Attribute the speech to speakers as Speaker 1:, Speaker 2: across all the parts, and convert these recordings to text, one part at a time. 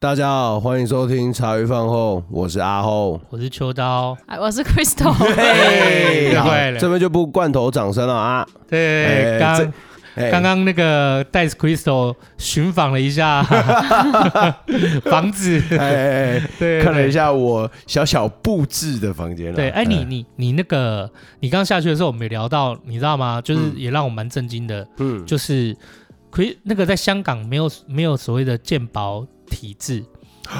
Speaker 1: 大家好，欢迎收听茶余饭后，我是阿后。
Speaker 2: 我是秋刀，
Speaker 3: 哎，我是 Crystal，
Speaker 2: 嘿
Speaker 1: 好
Speaker 2: 对了
Speaker 1: 这边就不罐头掌声了啊！哎
Speaker 2: 对，刚
Speaker 1: 哎
Speaker 2: 刚刚那个戴斯 Crystal 寻访了 一下房子，
Speaker 1: 哎哎哎
Speaker 2: 对，
Speaker 1: 看了一
Speaker 2: 下，
Speaker 1: 下我小小布置的房间了。
Speaker 2: 对，哎，你你你那个，你刚下去的时候，我们有聊到，你知道吗？就是也让我蛮震惊的，
Speaker 1: 嗯
Speaker 2: 就是 Cri 那个在香港没有没有所谓的鉴宝 体制。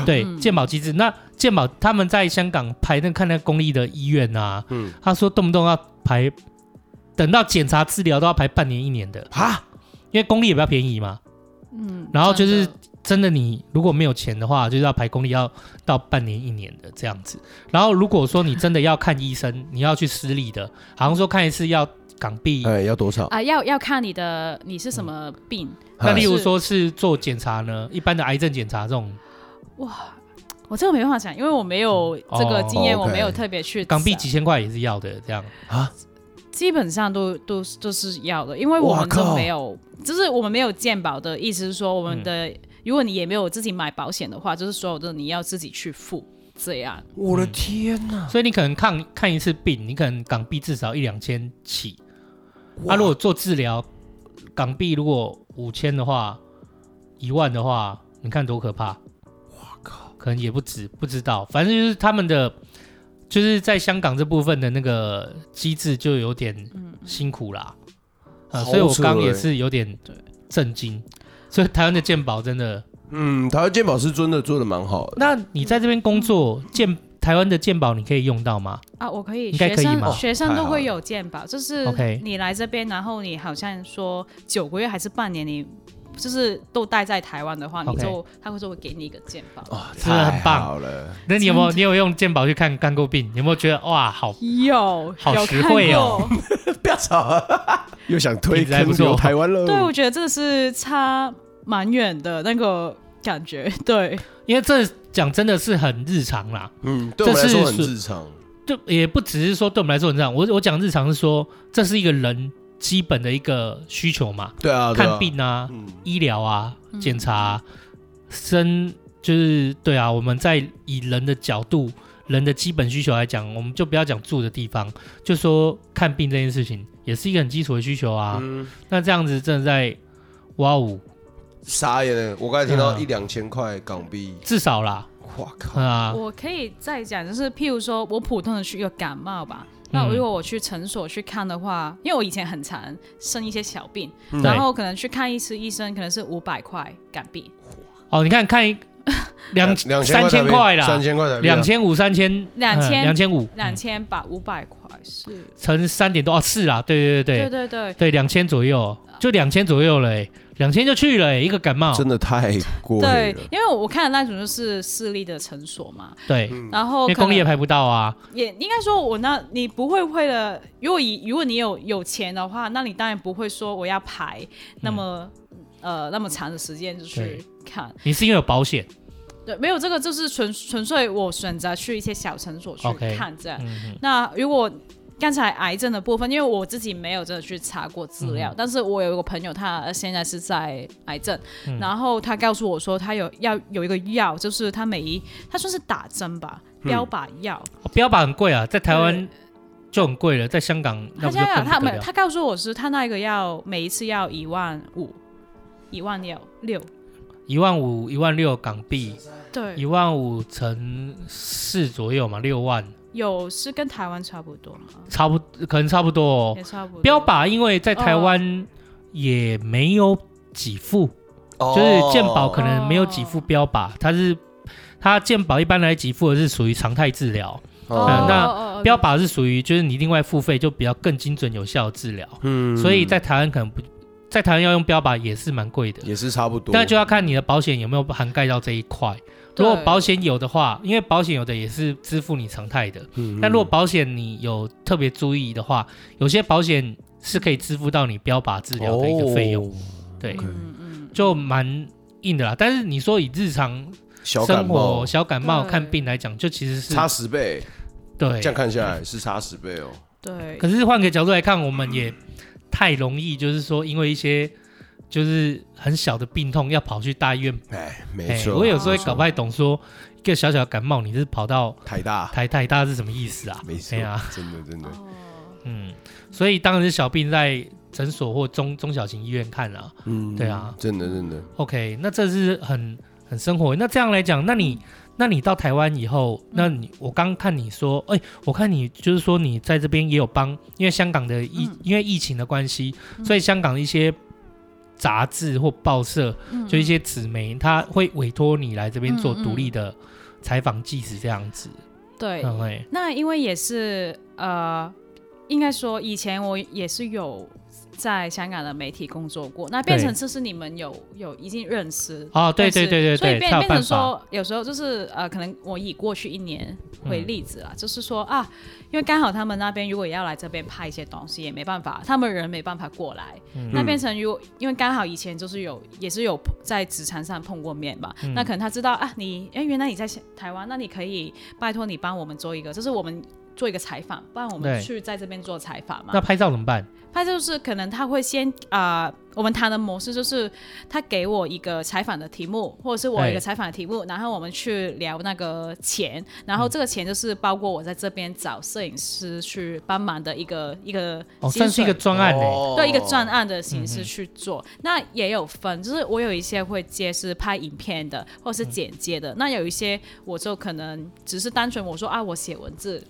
Speaker 2: 对
Speaker 3: 嗯
Speaker 2: 鉴宝机制，那鉴宝他们在香港排那看那公立的医院啊，
Speaker 1: 嗯
Speaker 2: 他说动不动要排，等到检查治疗都要排半年一年的，
Speaker 1: 啊，
Speaker 2: 因为公立也比较便宜嘛。
Speaker 3: 嗯
Speaker 2: 然后就是
Speaker 3: 真的
Speaker 2: 真的你如果没有钱的话，就是要排公立要到半年一年的这样子。然后如果说你真的要看医生，你要去私立的，好像说看一次要港币。
Speaker 1: 哎，要多少？
Speaker 3: 啊，要要看你的你是什么病，
Speaker 1: 哎
Speaker 2: 那例如
Speaker 3: 是
Speaker 2: 说是做检查呢，一般的癌症检查这种
Speaker 3: 我这个没办法讲，因为我没有这个经验，
Speaker 1: 哦
Speaker 3: 我没有
Speaker 1: OK
Speaker 3: 特别去
Speaker 2: 港币
Speaker 3: 查
Speaker 2: 几千块也是啊要的，这样
Speaker 1: 啊，
Speaker 3: 基本上都都都是要的，因为我
Speaker 1: 哇
Speaker 3: 们都
Speaker 1: 靠
Speaker 3: 没有，就是我们没有健保的意思是说，我们
Speaker 2: 嗯
Speaker 3: 的、如果你也没有自己买保险的话，就是所有的你要自己去付，这样
Speaker 1: 我的天哪！
Speaker 2: 所以你可能看看一次病，你可能港币至少一两千起。那、
Speaker 1: 哇
Speaker 2: 如果做治疗，港币如果五千的话，一万的话，你看多可怕！我靠，可能也不止，不知道，反正就是他们的，就是在香港这部分的那个机制就有点辛苦啦。啊，
Speaker 1: 好
Speaker 2: 所以我
Speaker 1: 扯
Speaker 2: 刚也
Speaker 1: 欸
Speaker 2: 是有点震惊。所以台湾的健保真的，
Speaker 1: 嗯，台湾健保是真的做的蛮好的。
Speaker 2: 那你在这边工作健台湾的健保你可以用到吗？
Speaker 3: 啊，我可以，
Speaker 2: 应该
Speaker 3: 学
Speaker 2: 可以
Speaker 3: 生
Speaker 2: 嘛
Speaker 3: 学生
Speaker 1: 太
Speaker 3: 都
Speaker 1: 好
Speaker 3: 会
Speaker 1: 了
Speaker 3: 有健保，就是
Speaker 2: OK
Speaker 3: 你来这边，然后你好像说九个月还是半年，你就是都待在台湾的话，你
Speaker 2: OK
Speaker 3: 就他会说我给你一个健保。
Speaker 1: 啊，
Speaker 2: 真的
Speaker 1: 太
Speaker 2: 很棒
Speaker 1: 好了！
Speaker 2: 那你有没有你有用健保去看干过病？有没有觉得哇好？
Speaker 3: 有，
Speaker 2: 好
Speaker 3: 有
Speaker 2: 实
Speaker 3: 看
Speaker 2: 惠哦
Speaker 3: 过。
Speaker 1: 不要吵 啊，又想推
Speaker 2: 品质还不
Speaker 1: 坑
Speaker 2: 错
Speaker 1: 流台湾喽。
Speaker 3: 对，我觉得这是差蛮远的那个感觉。对，
Speaker 2: 因为这讲真的是很日常啦，
Speaker 1: 嗯，对我们来
Speaker 2: 这是
Speaker 1: 说很
Speaker 2: 属
Speaker 1: 日常。
Speaker 2: 就也不只是说对我们来说很日常。我我讲日常是说，这是一个人基本的一个需求嘛，
Speaker 1: 对啊，对啊
Speaker 2: 看，病啊、
Speaker 1: 嗯，
Speaker 2: 医疗啊、
Speaker 3: 嗯
Speaker 2: 检查、啊、生，就是对啊，我们在以人的角度、人的基本需求来讲，我们就不要讲住的地方，就说看病这件事情也是一个很基础的需求啊。
Speaker 1: 嗯
Speaker 2: 那这样子真的在哇哦五
Speaker 1: 傻眼了！我刚才听到
Speaker 2: 嗯
Speaker 1: 一两千块港币，
Speaker 2: 至少啦，
Speaker 1: 哇靠！
Speaker 2: 啊，
Speaker 3: 我可以再讲，就是譬如说我普通的去一个感冒吧。那
Speaker 2: 嗯
Speaker 3: 如果我去诊所去看的话，因为我以前很常生一些小病，
Speaker 1: 嗯
Speaker 3: 然后可能去看一次医生，可能是五百块港币。
Speaker 2: 哦，你 看看一两
Speaker 1: 两
Speaker 2: 呃三千块啦，
Speaker 1: 三千块台币啊，
Speaker 2: 两千五三千嗯
Speaker 3: 两千
Speaker 2: 两千五
Speaker 3: 两千把五百块是，
Speaker 2: 乘三点多哦，是啦，对对对
Speaker 3: 对
Speaker 2: 对
Speaker 3: 对对，
Speaker 2: 对，两千左右，就两千左右了欸，两千就去了欸，一个感冒，
Speaker 1: 真的太贵
Speaker 3: 哦对
Speaker 1: 了。，
Speaker 3: 因为我看的那种就是私立的诊所嘛，
Speaker 2: 对，
Speaker 1: 嗯
Speaker 3: 然
Speaker 2: 因
Speaker 3: 后
Speaker 2: 为
Speaker 3: 哦可
Speaker 2: 公立也
Speaker 3: 能
Speaker 2: 排不到啊，
Speaker 3: 也应该说，我那你不会为了，如果以如果你有有钱的话，那你当然不会说我要排那么、呃那么长的时间就去
Speaker 2: 嗯对
Speaker 3: 看，
Speaker 2: 你是因为有保险，
Speaker 3: 对，没有这个就是纯纯粹我选择去一些小诊所去
Speaker 2: OK
Speaker 3: 看这样。
Speaker 2: 嗯，
Speaker 3: 那如果刚才癌症的部分，因为我自己没有真的去查过资料，但是我有一个朋友，他现在是在癌症，
Speaker 2: 嗯
Speaker 3: 然后他告诉我说，他有要有一个药，就是他每一他算是打针吧，
Speaker 1: 嗯
Speaker 3: 标靶药。
Speaker 2: 哦标靶很贵啊，在台湾就很贵了，在香港那
Speaker 3: 他
Speaker 2: 不
Speaker 3: 现
Speaker 2: 就
Speaker 3: 在
Speaker 2: 更
Speaker 3: 他
Speaker 2: 不
Speaker 3: 没
Speaker 2: 得
Speaker 3: 有，
Speaker 2: 了？
Speaker 3: 他告诉我是他那个要每一次要一万五，一万六六，
Speaker 2: 一万五、一万六港币，一
Speaker 3: 对，
Speaker 2: 万五乘四左右嘛，六万，
Speaker 3: 有是跟台湾差不多吗？
Speaker 2: 差不可能差不多哦。
Speaker 3: 也哦差不多。哦
Speaker 2: 标靶因为在台湾也没有几副，
Speaker 1: 哦
Speaker 2: 就是健保可能没有几副标靶，它是它健保一般来几副的是属于常态治疗，
Speaker 3: 哦，
Speaker 2: 嗯那
Speaker 3: 哦
Speaker 2: 标，靶是属于就是你另外付费就比较更精准有效的治疗，
Speaker 1: 嗯
Speaker 2: 所以在台湾可能不在台湾要用标靶也是蛮贵的，
Speaker 1: 也是差不多，
Speaker 2: 但就要看你的保险有没有涵盖到这一块。如果
Speaker 3: 对
Speaker 2: 保险有的话，因为保险有的也是支付你常态的，
Speaker 1: 嗯
Speaker 2: 但如果保险你有特别注意的话，有些保险是可以支付到你标靶治疗的一个费用，
Speaker 1: 哦
Speaker 2: 对，
Speaker 1: OK
Speaker 3: 嗯嗯，
Speaker 2: 就蛮硬的啦。但是你说以日常
Speaker 1: 小感
Speaker 2: 生活、
Speaker 1: 冒
Speaker 2: 小感冒、
Speaker 3: 对
Speaker 2: 看病来讲，就其实是
Speaker 1: 差十倍，
Speaker 2: 对
Speaker 1: 这。样看下来是差十倍哦。
Speaker 3: 对
Speaker 1: 嗯
Speaker 2: 可。是换个角度来看，我们也太容易，就是说因为一些就是很小的病痛要跑去大医院。
Speaker 1: 哎，
Speaker 2: 哎
Speaker 1: 没错，
Speaker 2: 我有时候
Speaker 1: 没
Speaker 2: 也
Speaker 1: 错
Speaker 2: 搞不太懂说，一个小小的感冒，你是跑到
Speaker 1: 太大，
Speaker 2: 台台大是什么意思啊？
Speaker 1: 没错
Speaker 2: 哎呀，
Speaker 1: 真的真的，
Speaker 3: 哦，
Speaker 2: 嗯，所以当然是小病在诊所或中中小型医院看啊。
Speaker 1: 嗯，
Speaker 2: 对啊，
Speaker 1: 真的真的，
Speaker 2: OK，那这是很很生活。那这样来讲，那
Speaker 3: 嗯
Speaker 2: 你那你到台湾以后，那你我刚看你说，哎、我看你就是说你在这边也有帮，因为香港的疫、
Speaker 3: 嗯
Speaker 2: 因为疫情的关系，
Speaker 3: 嗯
Speaker 2: 所以香港的一些杂志或报社，
Speaker 3: 嗯
Speaker 2: 就一些纸媒，他会委托你来这边做
Speaker 3: 嗯嗯
Speaker 2: 独立的采访记者这样子。
Speaker 3: 对，
Speaker 2: 嗯，哎，
Speaker 3: 那因为也是呃，应该说以前我也是有在香港的媒体工作过，那变
Speaker 2: 对
Speaker 3: 成就是你们有有已经认识。
Speaker 2: 哦，对对
Speaker 3: 但是
Speaker 2: 对对
Speaker 3: 所以
Speaker 2: 对，
Speaker 3: 变
Speaker 2: 才有
Speaker 3: 变成
Speaker 2: 办法。
Speaker 3: 说，有时候就是呃，可能我以过去一年为
Speaker 2: 嗯
Speaker 3: 例子啦，就是说啊，因为刚好他们那边如果要来这边拍一些东西，也没办法，他们人没办法过来，
Speaker 2: 嗯
Speaker 3: 那变成如果因为刚好以前就是有也是有在职场上碰过面嘛，
Speaker 2: 嗯
Speaker 3: 那可能他知道啊，你哎、原来你在台湾，那你可以拜托你帮我们做一个，就是我们做一个采访，不然我
Speaker 2: 对
Speaker 3: 们去在这边做采访
Speaker 2: 那
Speaker 3: 嘛。
Speaker 2: 拍照怎么办？
Speaker 3: 他就是可能他会先啊、呃我们谈的模式就是他给我一个采访的题目，或者是我
Speaker 2: 对
Speaker 3: 一个采访的题目，然后我们去聊那个钱，然后这个钱就是包括我在这边找摄影师去帮忙的一个一个
Speaker 2: 哦，
Speaker 3: 薪
Speaker 2: 算是一
Speaker 3: 水
Speaker 2: 个嗯专案呢、
Speaker 1: 哦
Speaker 3: 对一个专案的形式去做。那也有分，就是我有一些会接是拍影片的，或是剪接的。那有一些我就可能只是单纯我说啊，我写文字，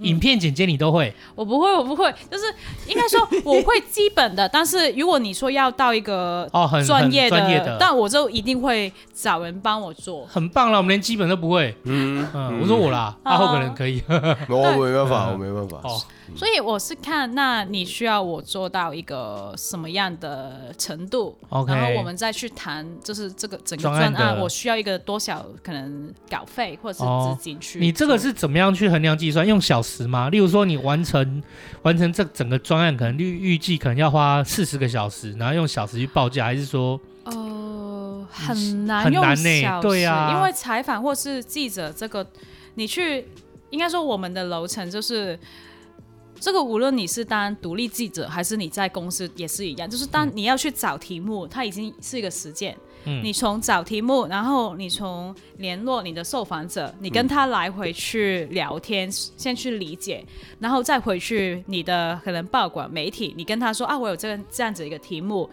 Speaker 2: 影片剪接你都会，
Speaker 3: 我不会，我不会，就是应该说我会基本的。但是如果你说要到一个
Speaker 2: 哦，很很
Speaker 3: 专业的，
Speaker 2: 专业的，
Speaker 3: 但我就一定会找人帮我做。
Speaker 2: 很棒了，我们连基本都不会。嗯我说我啦，
Speaker 3: 嗯
Speaker 2: 阿后可能 可以。
Speaker 1: 哦我没办法，
Speaker 2: 嗯
Speaker 1: 我没办法，
Speaker 2: 哦，
Speaker 3: 所以我是看，那你需要我做到一个什么样的程度
Speaker 2: OK
Speaker 3: 然后我们再去谈，就是这个整个
Speaker 2: 专
Speaker 3: 专
Speaker 2: 案
Speaker 3: 案，
Speaker 2: 的
Speaker 3: 我需要一个多少可能稿费或者
Speaker 2: 哦
Speaker 3: 是资金去、
Speaker 2: 你这个是怎么样去衡量计算？用小时吗？例如说你完成完成这整个专案，可能预预计可能要花四十个小时，然后用小时去报价，还是说
Speaker 3: 呃很难
Speaker 2: 很
Speaker 3: 用
Speaker 2: 难呢
Speaker 3: 小时，
Speaker 2: 对啊
Speaker 3: 因为采访或是记者这个，你去应该说我们的楼层就是。这个无论你是当独立记者，还是你在公司也是一样，就是当你要去找题目，它已经是一个实践。
Speaker 2: 嗯
Speaker 3: 你从找题目，然后你从联络你的受访者，你跟他来回去聊天，先去理解，然后再回去你的可能报馆媒体，你跟他说啊，我有这个这样子一个题目，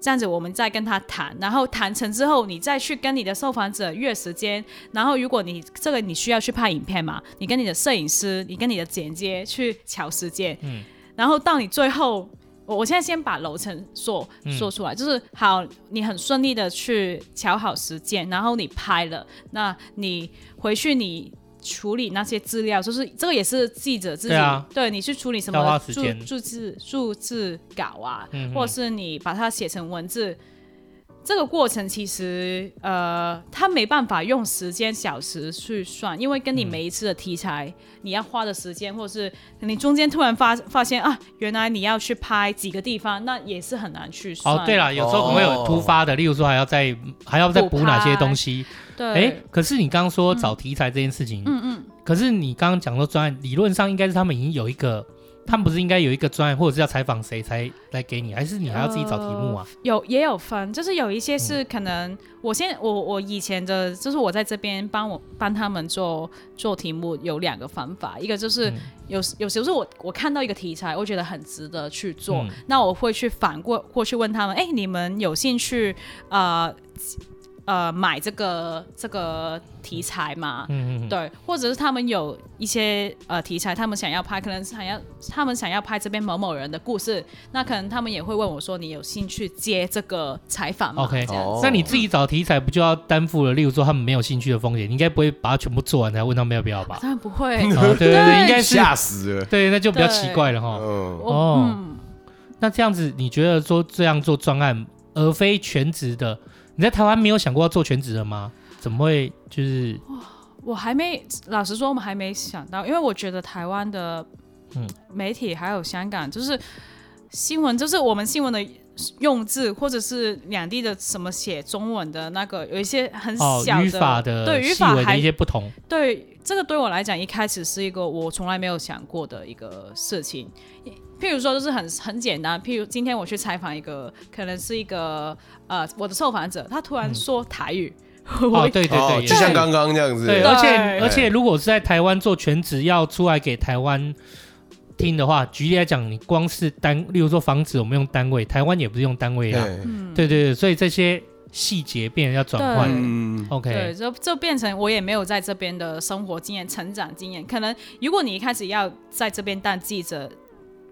Speaker 3: 这样子我们再跟他谈，然后谈成之后，你再去跟你的受访者约时间，然后如果你这个你需要去拍影片嘛，你跟你的摄影师，你跟你的剪接去调时间，嗯，然后到你最后。我我现在先把楼层说说出来，就是好，你很顺利的去调好时间，然后你拍了，那你回去你处理那些资料，就是这个也是记者自己
Speaker 2: 对啊
Speaker 3: 你去处理什
Speaker 2: 要花
Speaker 3: 么
Speaker 2: 时
Speaker 3: 注
Speaker 2: 间
Speaker 3: 注字注字稿啊，
Speaker 2: 嗯
Speaker 3: 或是你把它写成文字，这个过程其实呃，它没办法用时间小时去算，因为跟你每一次的题材，你要花的时间，或是你中间突然发发现啊，原来你要去拍几个地方，那也是很难去算。
Speaker 2: 哦，对啦，有时候可能会有突发的，例如说还要再还要再补哪些东西。
Speaker 3: 对，
Speaker 2: 哎，可是你刚刚说找题材这件事情，嗯嗯，可是你刚刚讲说专案，理论上应该是他们已经有一个。他们不是应该有一个专案，或者是要采访谁才来给你，还是你还要自己找题目啊？
Speaker 3: 有也有分，就是有一些
Speaker 2: 嗯
Speaker 3: 是可能我现我我以前的，就是我在这边帮我帮他们做做题目，有两个方法，一个就是、
Speaker 2: 嗯
Speaker 3: 有有时候是我我看到一个题材，我觉得很值得去做，
Speaker 2: 嗯
Speaker 3: 那我会去反过过去问他们，哎，你们有兴趣呃呃买这个这个题材吗？
Speaker 2: 嗯嗯嗯，
Speaker 3: 对，或者是他们有一些呃题材，他们想要拍，可能想要他们想要拍这边某某人的故事，那可能他们也会问我说，你有兴趣接这个采访吗
Speaker 2: OK
Speaker 3: 这样
Speaker 1: 哦
Speaker 2: 那你自己找题材不就要担负了？例如说他们没有兴趣的风险，你应该不会把它全部做完才问他们要不要吧？
Speaker 3: 当然不会，
Speaker 2: 啊，对对对，
Speaker 3: 对
Speaker 2: 应该是
Speaker 1: 吓死了，
Speaker 2: 对，那就比较奇怪了哈。
Speaker 1: 嗯，
Speaker 3: 我、
Speaker 2: 哦
Speaker 3: 嗯，
Speaker 2: 那这样子，你觉得说这样做专案，而非全职的，你在台湾没有想过要做全职的吗？怎么会就是
Speaker 3: 我还没老实说，我们还没想到，因为我觉得台湾的
Speaker 2: 嗯
Speaker 3: 媒体还有香港，就是新闻，就是我们新闻的。用字或者是两地的什么写中文的那个，有一些很
Speaker 2: 哦
Speaker 3: 小的、
Speaker 2: 语法
Speaker 3: 对
Speaker 2: 的
Speaker 3: 语
Speaker 2: 细
Speaker 3: 法
Speaker 2: 微的
Speaker 3: 还
Speaker 2: 一些不同？
Speaker 3: 对，这个对我来讲，一开始是一个我从来没有想过的一个事情。譬如说，就是很很简单，譬如今天我去采访一个，可能是一个呃我的受访者，他突
Speaker 2: 嗯
Speaker 3: 然说台语，
Speaker 2: 哦，对对
Speaker 1: 哦，
Speaker 2: 对，
Speaker 1: 就像
Speaker 2: 也是
Speaker 1: 刚刚这样子，
Speaker 2: 对，
Speaker 3: 对
Speaker 2: 而且
Speaker 3: 对
Speaker 2: 而且如果是在台湾做全职要出来给台湾听的话，举例来讲，你光是单，例如说房子，我们用单位，台湾也不是用单位啊，
Speaker 1: 对
Speaker 3: 嗯，
Speaker 2: 对对对，所以这些细节变得要转换。
Speaker 1: 嗯，
Speaker 3: 对，
Speaker 2: OK，
Speaker 3: 就就变成我也没有在这边的生活经验、成长经验。可能如果你一开始要在这边当记者，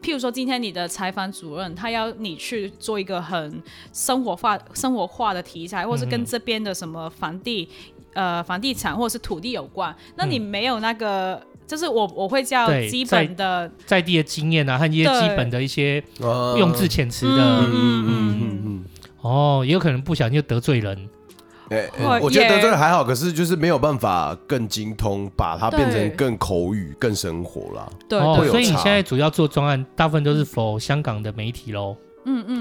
Speaker 3: 譬如说今天你的采访主任他要你去做一个很生活化、生活化的题材，或是
Speaker 2: 嗯
Speaker 3: 跟
Speaker 2: 哼
Speaker 3: 这边的什么房地、呃房地产或者是土地有关，那你没有那个，就是我我会叫
Speaker 2: 嗯对
Speaker 3: 基
Speaker 2: 在
Speaker 3: 本的
Speaker 2: 在地的经验啊，和一些
Speaker 3: 对
Speaker 2: 基本的一些
Speaker 1: 哦
Speaker 2: 用字，遣词
Speaker 1: 嗯
Speaker 3: 哦
Speaker 2: 的，
Speaker 1: 嗯嗯嗯嗯。
Speaker 2: 哦，也有可能不小心就得罪人。
Speaker 1: 哎、哎
Speaker 3: 或
Speaker 1: 我觉得
Speaker 3: 也
Speaker 1: 得罪还好，可是就是没有办法更精通，把它变
Speaker 3: 对
Speaker 1: 成更口语、更生活啦。
Speaker 3: 对
Speaker 2: 哦
Speaker 1: 会
Speaker 3: 对
Speaker 1: 有
Speaker 2: 所以你
Speaker 1: 差
Speaker 2: 现在主要做专案，大部分都是否香港的媒体喽。
Speaker 3: 嗯嗯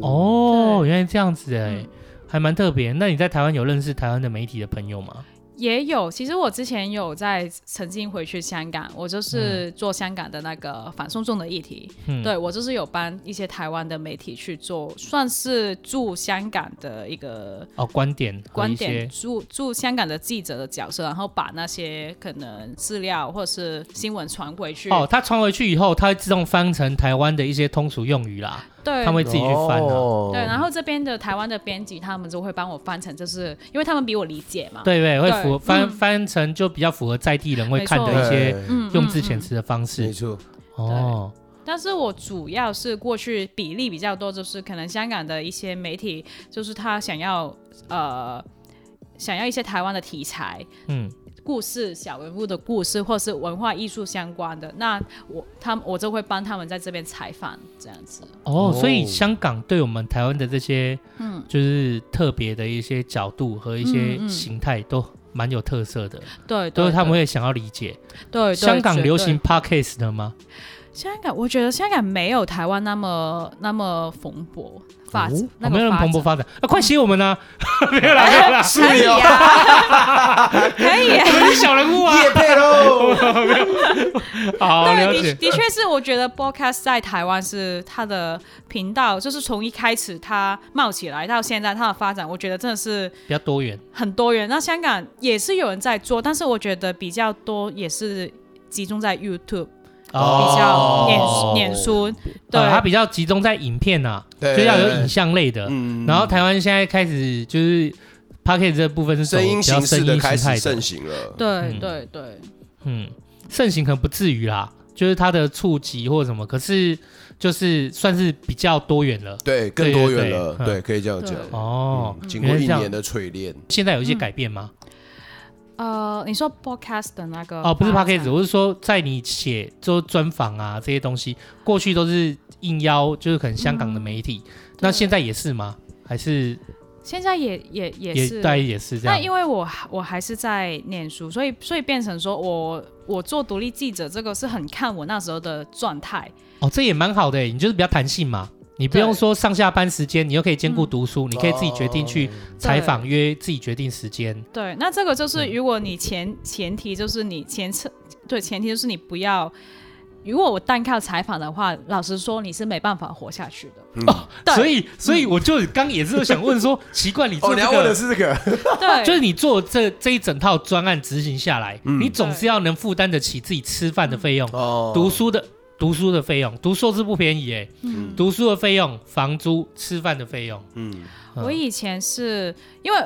Speaker 1: 哦
Speaker 2: 哦，
Speaker 3: 对
Speaker 2: 原来这样子哎、
Speaker 3: 嗯
Speaker 2: 还蛮特别。那你在台湾有认识台湾的媒体的朋友吗？
Speaker 3: 也有，其实我之前有在曾经回去香港，我就是做香港的那个反送中的议题，
Speaker 2: 嗯，
Speaker 3: 对我就是有帮一些台湾的媒体去做，算是驻香港的一个
Speaker 2: 哦，观点和
Speaker 3: 观
Speaker 2: 一些
Speaker 3: 点，驻驻香港的记者的角色，然后把那些可能资料或者是新闻传回去。
Speaker 2: 哦，它传回去以后，它会自动翻成台湾的一些通俗用语啦，
Speaker 3: 对
Speaker 2: 他们会自己去翻啊。
Speaker 3: 对，然后这边的台湾的编辑他们就会帮我翻成，就是因为他们比我理解嘛。
Speaker 2: 对对，会
Speaker 3: 对
Speaker 2: 符合翻
Speaker 3: 嗯
Speaker 2: 翻成就比较符合在地人会
Speaker 3: 没
Speaker 2: 看
Speaker 3: 错
Speaker 2: 的一些
Speaker 1: 哎
Speaker 3: 嗯，嗯，
Speaker 2: 用字遣
Speaker 3: 嗯
Speaker 2: 词的方式
Speaker 1: 没。错，
Speaker 2: 哦，
Speaker 3: 但是我主要是过去比例比较多，就是可能香港的一些媒体，就是他想要呃想要一些台湾的题材、
Speaker 2: 嗯，
Speaker 3: 故事、小人物的故事，或是文化艺术相关的，那我他们我就会帮他们在这边采访这样子。
Speaker 2: 哦，所以
Speaker 1: 哦
Speaker 2: 香港对我们台湾的这些，嗯，就是特别的一些角度和一些
Speaker 3: 嗯嗯
Speaker 2: 形态都蛮有特色的，
Speaker 3: 对，
Speaker 2: 都
Speaker 3: 对
Speaker 2: 是他们
Speaker 3: 对
Speaker 2: 会想要理解。
Speaker 3: 对对
Speaker 2: 香港
Speaker 3: 绝
Speaker 2: 流
Speaker 3: 对
Speaker 2: 行 podcast 的吗？
Speaker 3: 香港，我觉得香港没有台湾那么那么蓬勃发展，那
Speaker 2: 哦
Speaker 3: 个
Speaker 2: 没有人蓬勃
Speaker 3: 展
Speaker 2: 发展，啊，快写我们呢，没有啦，没有
Speaker 3: 哎
Speaker 2: 啦，
Speaker 1: 是
Speaker 3: 可以
Speaker 1: 哦，
Speaker 3: 啊， 可以啊。
Speaker 2: 我们是小人物啊。
Speaker 1: 叶配喽，
Speaker 2: 好，哦了
Speaker 3: 对，的
Speaker 2: 解。
Speaker 3: 的确是，我觉得 podcast 在台湾是它的频道，就是从一开始它冒起来到现在它的发展，我觉得真的是
Speaker 2: 比较多元，
Speaker 3: 很多元。那香港也是有人在做，但是我觉得比较多也是集中在 YouTube，比较脸
Speaker 1: 哦
Speaker 3: 脸书，对，
Speaker 2: 呃，它比较集中在影片呐，
Speaker 1: 对
Speaker 2: 就要有影像类的。
Speaker 1: 嗯
Speaker 2: 然后台湾现在开始就是 podcast 这部分是走
Speaker 1: 声音
Speaker 2: 比较
Speaker 1: 形
Speaker 2: 声
Speaker 1: 式
Speaker 2: 音
Speaker 1: 的
Speaker 2: 形
Speaker 1: 开
Speaker 2: 态
Speaker 1: 始
Speaker 2: 的
Speaker 1: 盛行了，
Speaker 3: 对
Speaker 2: 嗯
Speaker 3: 对对，
Speaker 2: 嗯，盛行可能不至于啦，就是它的触及或什么，可是就是算是比较多元了。
Speaker 1: 对，更多元了，
Speaker 2: 对对
Speaker 1: 对，
Speaker 2: 对
Speaker 1: 可以这样讲。
Speaker 3: 对
Speaker 2: 哦，
Speaker 1: 嗯经
Speaker 2: 原
Speaker 1: 过
Speaker 2: 来是
Speaker 1: 一
Speaker 2: 这样
Speaker 1: 年的淬炼，
Speaker 2: 现在有一些改变吗？
Speaker 3: 呃，你说 podcast 的那个
Speaker 2: 哦，不是 p
Speaker 3: 发
Speaker 2: a c
Speaker 3: 展
Speaker 2: a s e 我是说在你写做专访啊这些东西，过去都是应邀，就是可能香港的媒体，那
Speaker 3: 嗯对
Speaker 2: 现在也是吗？还是
Speaker 3: 现在也也也
Speaker 2: 也
Speaker 3: 是
Speaker 2: 大家也是这
Speaker 3: 那
Speaker 2: 样？
Speaker 3: 因为我还我还是在念书，所以所以变成说我我做独立记者这个是很看我那时候的状态，
Speaker 2: 哦，这也蛮好的欸，你就是比较弹性嘛，你不
Speaker 3: 对
Speaker 2: 用说上下班时间，你又可以兼顾
Speaker 3: 嗯哦
Speaker 2: 读书，你可以自己决定去采访，约自己决定时间。
Speaker 3: 对，那这个就是
Speaker 2: 嗯
Speaker 3: 如果你前、前提就是你前次对前提就是你不要。如果我单靠采访的话，老实说你是没办法活下去 的。
Speaker 1: 哦。
Speaker 3: 对
Speaker 2: 所以，所以我就刚也是想 问说，奇怪，你
Speaker 1: 哦，
Speaker 2: 做
Speaker 1: 你
Speaker 2: 这
Speaker 1: 要问的
Speaker 2: 个，
Speaker 1: 是这个，
Speaker 3: 对，
Speaker 2: 就是你做这这一整套专案执行下来，
Speaker 1: 嗯
Speaker 2: 你总是要能负担得起自己吃饭的费用、
Speaker 1: 哦
Speaker 2: 读书的读书的费用，读硕士不便宜哎，
Speaker 3: 嗯，
Speaker 2: 读书的费用、房租、吃饭的费用，
Speaker 1: 嗯，
Speaker 2: 嗯
Speaker 3: 我以前是因为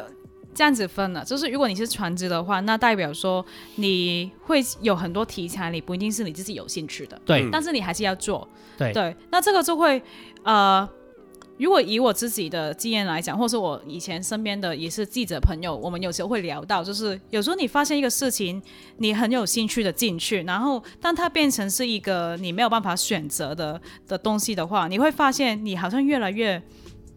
Speaker 3: 这样子分了，就是如果你是全职的话，那代表说你会有很多题材，你不一定是你自己有兴趣的，
Speaker 2: 对
Speaker 1: 嗯
Speaker 3: 但是你还是要做。
Speaker 2: 对
Speaker 3: 对，那这个就会呃，如果以我自己的经验来讲，或是我以前身边的也是记者朋友，我们有时候会聊到，就是有时候你发现一个事情，你很有兴趣的进去，然后当它变成是一个你没有办法选择的的东西的话，你会发现你好像越来越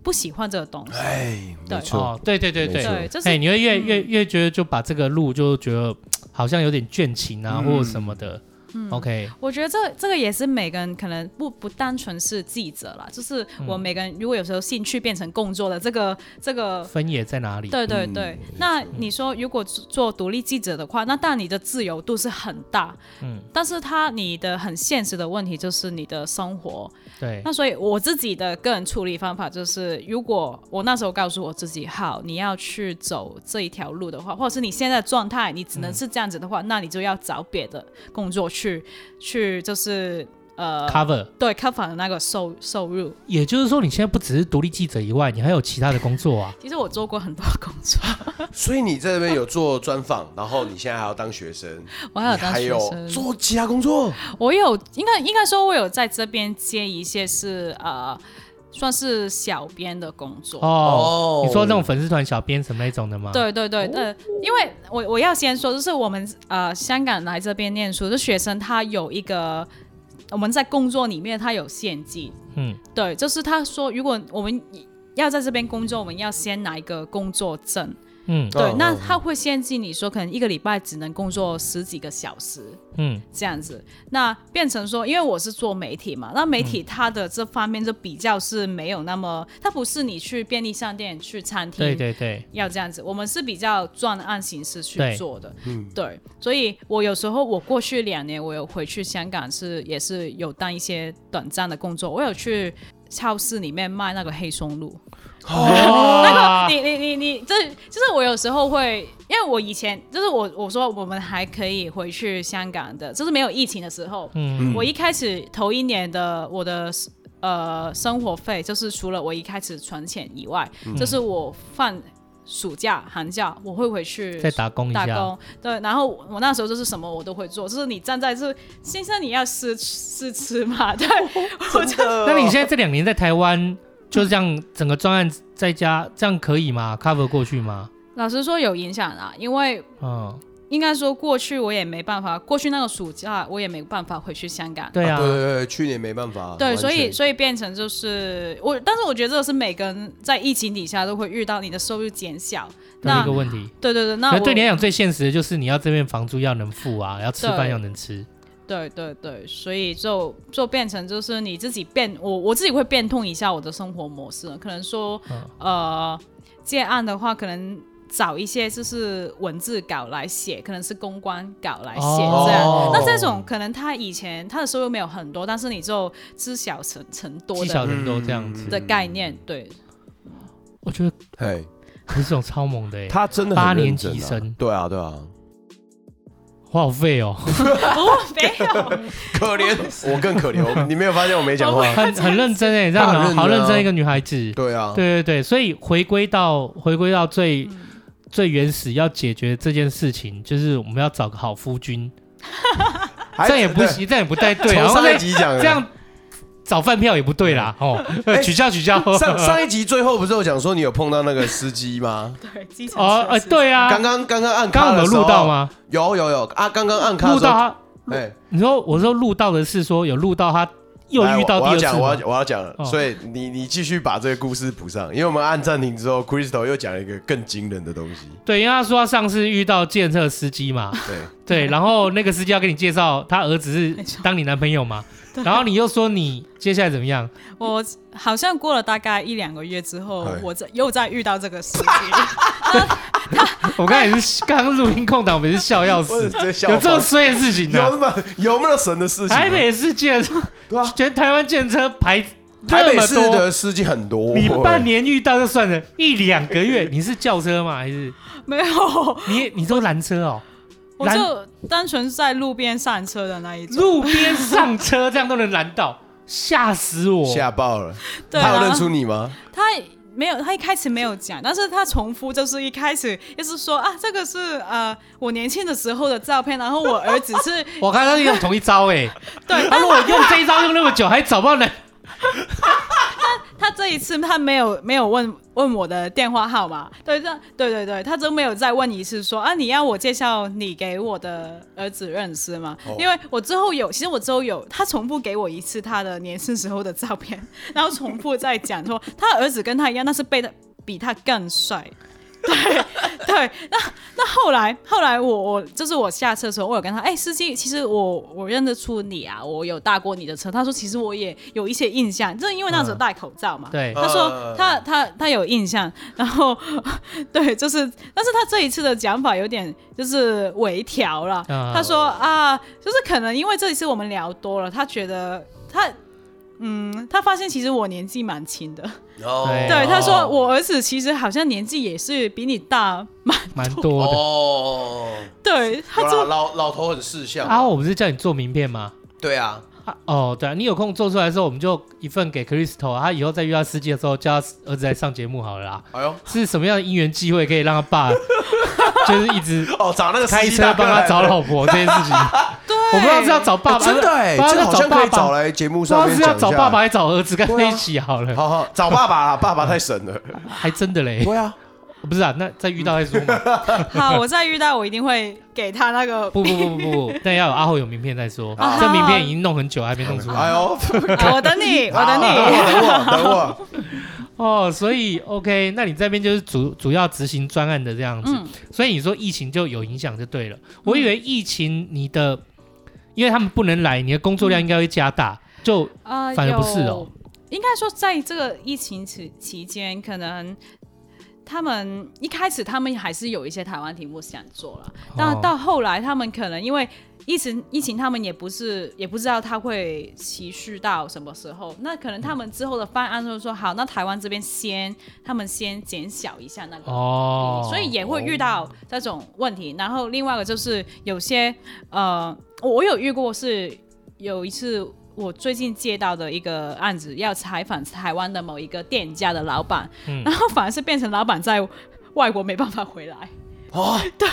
Speaker 3: 不喜欢这个东西。
Speaker 1: 哎，
Speaker 3: 对
Speaker 1: 没错，
Speaker 2: 哦，对对对
Speaker 1: 没错
Speaker 3: 对，
Speaker 2: 对，
Speaker 3: 就是
Speaker 2: 哎，你会越
Speaker 3: 嗯
Speaker 2: 越越觉得就把这个路就觉得嘖好像有点倦情啊，
Speaker 1: 嗯
Speaker 2: 或者什么的，
Speaker 3: 嗯
Speaker 2: OK，
Speaker 3: 我觉得这这个也是每个人可能不不单纯是记者啦，就是我每个人如果有时候兴趣变成工作了，这个这个
Speaker 2: 分野在哪里？
Speaker 3: 对对
Speaker 1: 嗯
Speaker 3: 对，那你说如果做做独立记者的话，那当然你的自由度是很大，
Speaker 2: 嗯，
Speaker 3: 但是他你的很现实的问题就是你的生活。
Speaker 2: 对
Speaker 3: 那所以我自己的个人处理方法就是，如果我那时候告诉我自己，好，你要去走这一条路的话，或者是你现在的状态你只
Speaker 1: 嗯
Speaker 3: 能是这样子的话，那你就要找别的工作去去就是呃。
Speaker 2: ，cover。
Speaker 3: 对 cover 的那个收收入，
Speaker 2: 也就是说，你现在不只是独立记者以外，你还有其他的工作啊？
Speaker 3: 其实我做过很多工作，
Speaker 1: 所以你在那边有做专访，然后你现在还要当学生，
Speaker 3: 我还有
Speaker 1: 你
Speaker 3: 当
Speaker 1: 还
Speaker 3: 学
Speaker 1: 有
Speaker 3: 生，
Speaker 1: 做其他工作，
Speaker 3: 我有应该应该说，我有在这边接一些是呃，算是小编的工作。
Speaker 2: 哦
Speaker 1: 哦，
Speaker 2: 你说那种粉丝团小编什么那种的吗？，
Speaker 3: 对对对，呃，因为我我要先说，就是我们呃香港来这边念书的学生，他有一个我们在工作里面他有限制，
Speaker 2: 嗯，
Speaker 3: 对，就是他说如果我们要在这边工作，我们要先拿一个工作证，
Speaker 2: 嗯
Speaker 3: 对，
Speaker 1: 哦
Speaker 3: 那
Speaker 1: 哦
Speaker 3: 他会限制你说可能一个礼拜只能工作十几个小时，
Speaker 2: 嗯，
Speaker 3: 这样子，那变成说，因为我是做媒体嘛，那媒
Speaker 2: 嗯
Speaker 3: 体它的这方面就比较是没有那么，它不是你去便利商店、去餐厅，
Speaker 2: 对对对，
Speaker 3: 要这样子，我们是比较专案形式去
Speaker 2: 对
Speaker 3: 做的，嗯，对，所以我有时候我过去两年我有回去香港是也是有当一些短暂的工作，我有去超市里面卖那个黑松露， 那个你你你你，这就是我有时候会，因为我以前就是我我说我们还可以回去香港的，就是没有疫情的时候，
Speaker 2: 嗯
Speaker 3: 我一开始头一年的我的呃生活费，就是除了我一开始存钱以外，
Speaker 2: 嗯
Speaker 3: 就是我放暑假寒假我会回去
Speaker 2: 再打工一
Speaker 3: 嗯打
Speaker 2: 下，
Speaker 3: 工，对，然后我我那时候就是什么我都会做，就是你站在是先生你要试试 吃嘛，对，我就
Speaker 2: 那你现在这两年在台湾，就这样整个专案在家，这样可以吗？cover 过去吗？
Speaker 3: 老实说有影响啊，因为
Speaker 2: 嗯，
Speaker 3: 应该说过去我也没办法，过去那个暑假我也没办法回去香港。
Speaker 2: 对啊，
Speaker 1: 对对对，去年没办法，
Speaker 3: 对，
Speaker 1: 完
Speaker 3: 所以
Speaker 1: 全
Speaker 3: 所以变成就是我，但是我觉得这个是每个人在疫情底下都会遇到，你的收入减少。
Speaker 2: 这是
Speaker 3: 那
Speaker 2: 一个问题。
Speaker 3: 对对对，那
Speaker 2: 那
Speaker 3: 我
Speaker 2: 对你来讲最现实的就是你要这边房租要能付啊，要吃饭
Speaker 3: 对
Speaker 2: 要能吃，
Speaker 3: 对对对，所以就就变成就是你自己变，我我自己会变通一下我的生活模式，可能说、
Speaker 2: 嗯
Speaker 3: 呃接案的话，可能找一些就是文字稿来写，可能是公关稿来写、
Speaker 2: 哦
Speaker 3: 这样。那
Speaker 1: 哦
Speaker 3: 这种可能他以前他的收入没有很多，但是你就知晓成成多
Speaker 2: 积少
Speaker 3: 的
Speaker 2: 成多这样子。
Speaker 3: 的概
Speaker 2: 嗯
Speaker 3: 念，对，
Speaker 2: 我觉得
Speaker 1: 嘿，
Speaker 2: 可是这种超猛的、欸，
Speaker 1: 嗯他真的
Speaker 2: 八
Speaker 1: 很
Speaker 2: 年
Speaker 1: 认
Speaker 2: 级
Speaker 1: 真啊
Speaker 2: 生，
Speaker 1: 对啊对啊，
Speaker 2: 我好废哦、
Speaker 3: 没有。
Speaker 1: 可怜我更可怜， 我你没有发现我没讲话？
Speaker 2: 很很认真哎、欸，这样
Speaker 1: 她很
Speaker 2: 好
Speaker 1: 认真啊
Speaker 2: 好认真一个女孩子。
Speaker 1: 对啊，
Speaker 2: 对对对，所以回归到回归到最、
Speaker 3: 嗯
Speaker 2: 最原始，要解决这件事情，就是我们要找个好夫君，
Speaker 1: 还
Speaker 2: 这样也不行，这样也不太对，
Speaker 1: 对
Speaker 2: 然
Speaker 1: 从
Speaker 2: 后
Speaker 1: 上一
Speaker 2: 再
Speaker 1: 集讲的
Speaker 2: 这。样找饭票也不对啦，哦， 取消取消。
Speaker 1: 哎上上一集最后不是有讲说你有碰到那个司机吗？
Speaker 3: 对，基 层
Speaker 2: 哦，
Speaker 3: 设
Speaker 2: 呃，
Speaker 3: 施，
Speaker 2: 对啊，
Speaker 1: 刚
Speaker 2: 刚
Speaker 1: 刚刚刚按
Speaker 2: 刚
Speaker 1: 卡
Speaker 2: 我们
Speaker 1: 的
Speaker 2: 有
Speaker 1: 时候
Speaker 2: 录到？吗？
Speaker 1: 有有有啊，刚刚按卡的
Speaker 2: 录
Speaker 1: 时
Speaker 2: 到
Speaker 1: 候，
Speaker 2: 他，
Speaker 1: 哎，
Speaker 2: 你说我说录到的是说有录到他又
Speaker 1: 来
Speaker 2: 遇到
Speaker 1: 我
Speaker 2: 第
Speaker 1: 我要
Speaker 2: 二次
Speaker 1: 讲，我
Speaker 2: 吗，
Speaker 1: 要我要讲了
Speaker 2: 哦，
Speaker 1: 所以你你继续把这个故事补上，因为我们按暂停之后，Crystal 又讲了一个更惊人的东西，
Speaker 2: 对，因为他说他上次遇到建设司 机嘛，
Speaker 1: 对，
Speaker 2: 对，然后那个司机要跟你介绍他儿子
Speaker 3: 没
Speaker 2: 是
Speaker 3: 错
Speaker 2: 当你男朋友嘛，然后你又说你接下来怎么样？
Speaker 3: 我好像过了大概一两个月之后
Speaker 1: 哎，
Speaker 3: 我再又再遇到这个事情，
Speaker 2: 我刚才也是刚刚录音空档，我也是笑要
Speaker 1: 我
Speaker 2: 死，
Speaker 1: 直接笑
Speaker 2: 有这种
Speaker 1: 爆
Speaker 2: 衰的事情
Speaker 1: 有那
Speaker 2: 呢？
Speaker 1: 么有那么神的事情
Speaker 2: 台
Speaker 1: 吗？
Speaker 2: 北市建设，
Speaker 1: 对啊，
Speaker 2: 全台湾建车排
Speaker 1: 台
Speaker 2: 这
Speaker 1: 北
Speaker 2: 么
Speaker 1: 市
Speaker 2: 多，
Speaker 1: 的司机很多，欸
Speaker 2: 你半年遇到就算了，一两个月你是轿车吗？还是
Speaker 3: 没有，
Speaker 2: 你你都拦车哦？
Speaker 3: 我就单纯在路边上车的那一种。
Speaker 2: 路边上车这样都能拦到，吓死我！
Speaker 1: 吓爆了。
Speaker 3: 对
Speaker 1: 他有
Speaker 3: 啊
Speaker 1: 认，出你吗？
Speaker 3: 他没有，他一开始没有讲，但是他重复就是一开始就是说啊，这个是呃我年轻的时候的照片，然后我儿子是
Speaker 2: 我看他是用同一招哎、
Speaker 3: 对
Speaker 2: 他如果用这一招用那么久，还找不到男，
Speaker 3: 他这一次他没有没有问问我的电话号码，对，这对对对，他都没有再问一次说啊，你要我介绍你给我的儿子认识吗？
Speaker 1: 哦
Speaker 3: 因为我之后有，其实我之后有，他重复给我一次他的年轻时候的照片，然后重复再讲说他儿子跟他一样，但是被他比他更帅。 对，那那后来后来我我就是我下车的时候，我有跟他，哎、司机，其实我我认得出你啊，我有搭过你的车。他说其实我也有一些印象，就是因为那时候
Speaker 2: 嗯
Speaker 3: 戴口罩嘛。
Speaker 2: 对，
Speaker 1: 呃
Speaker 3: 他说
Speaker 1: 嗯
Speaker 3: 他他他有印象，然后 对，就是，但是他这一次的讲法有点就是微调了。
Speaker 2: 嗯
Speaker 3: 他说啊，就是可能因为这一次我们聊多了，他觉得他。嗯，他发现其实我年纪蛮轻的，
Speaker 1: 哦
Speaker 2: 对
Speaker 3: 对，他说我儿子其实好像年纪也是比你大蛮
Speaker 2: 啊蛮多的。
Speaker 1: 哦，
Speaker 3: 对，他
Speaker 1: 有啦
Speaker 3: 做
Speaker 1: 老老头很识相
Speaker 2: 啊，我不是叫你做名片吗？
Speaker 1: 对啊，
Speaker 2: 啊哦，对啊，你有空做出来的时候，我们就一份给 Crystal，啊他以后再遇到司机的时候，叫他儿子来上节目好了啦。
Speaker 1: 哎呦，
Speaker 2: 是什么样的因缘机会可以让他爸就是一 直
Speaker 1: 哦，找那个司
Speaker 2: 开
Speaker 1: 机
Speaker 2: 车
Speaker 1: 大哥
Speaker 2: 帮他
Speaker 1: 来
Speaker 2: 找老婆这件事情？
Speaker 3: 对，
Speaker 2: 我不知道是要找爸
Speaker 1: 哎
Speaker 2: 爸，
Speaker 1: 真的哎，
Speaker 2: 不知道
Speaker 1: 这
Speaker 2: 要
Speaker 1: 好
Speaker 2: 找
Speaker 1: 像可
Speaker 2: 爸
Speaker 1: 以找
Speaker 2: 爸，
Speaker 1: 来节目
Speaker 2: 不知道
Speaker 1: 上面
Speaker 2: 是
Speaker 1: 讲
Speaker 2: 要
Speaker 1: 一
Speaker 2: 找爸爸
Speaker 1: 下。
Speaker 2: 还是找儿子，干
Speaker 1: 对
Speaker 2: 脆
Speaker 1: 啊
Speaker 2: 一起好了。
Speaker 1: 好好找爸爸啦，爸爸太神 了。
Speaker 2: 还真的嘞，
Speaker 1: 对啊，
Speaker 2: 不是啊，那再遇到再说 嘛。
Speaker 3: 好，我再遇到我一定会给他那个，
Speaker 2: 不不不不不，那要有阿后有名片再说
Speaker 1: 啊。
Speaker 2: 这名片已经弄很久还没弄出来
Speaker 1: 哎呦，
Speaker 3: 啊我等 你，我等
Speaker 1: 好
Speaker 3: 你。
Speaker 1: 等我，等我，等
Speaker 2: 哦，所以 OK，那你这边就是主主要执行专案的这样子。
Speaker 3: 嗯，
Speaker 2: 所以你说疫情就有影响就对了。我以为疫情你的，因为他们不能来，你的工作量应该会加大。就
Speaker 3: 啊，
Speaker 2: 反而不是哦
Speaker 3: 有。应该说，在这个疫情期期间，可能他们一开始他们还是有一些台湾题目想做了，但
Speaker 2: 哦
Speaker 3: 到后来他们可能因为。疫情，疫情，他们也不是也不知道它会持续到什么时候。那可能他们之后的方案就是说，好，那台湾这边先，他们先减小一下那个
Speaker 2: 哦，
Speaker 3: 嗯所以也会遇到这种问题。然后另外一个就是有些呃，我我有遇过是有一次我最近接到的一个案子，要采访台湾的某一个店家的老板，
Speaker 2: 嗯
Speaker 3: 然后反而是变成老板在外国没办法回来。
Speaker 1: 我。 哦，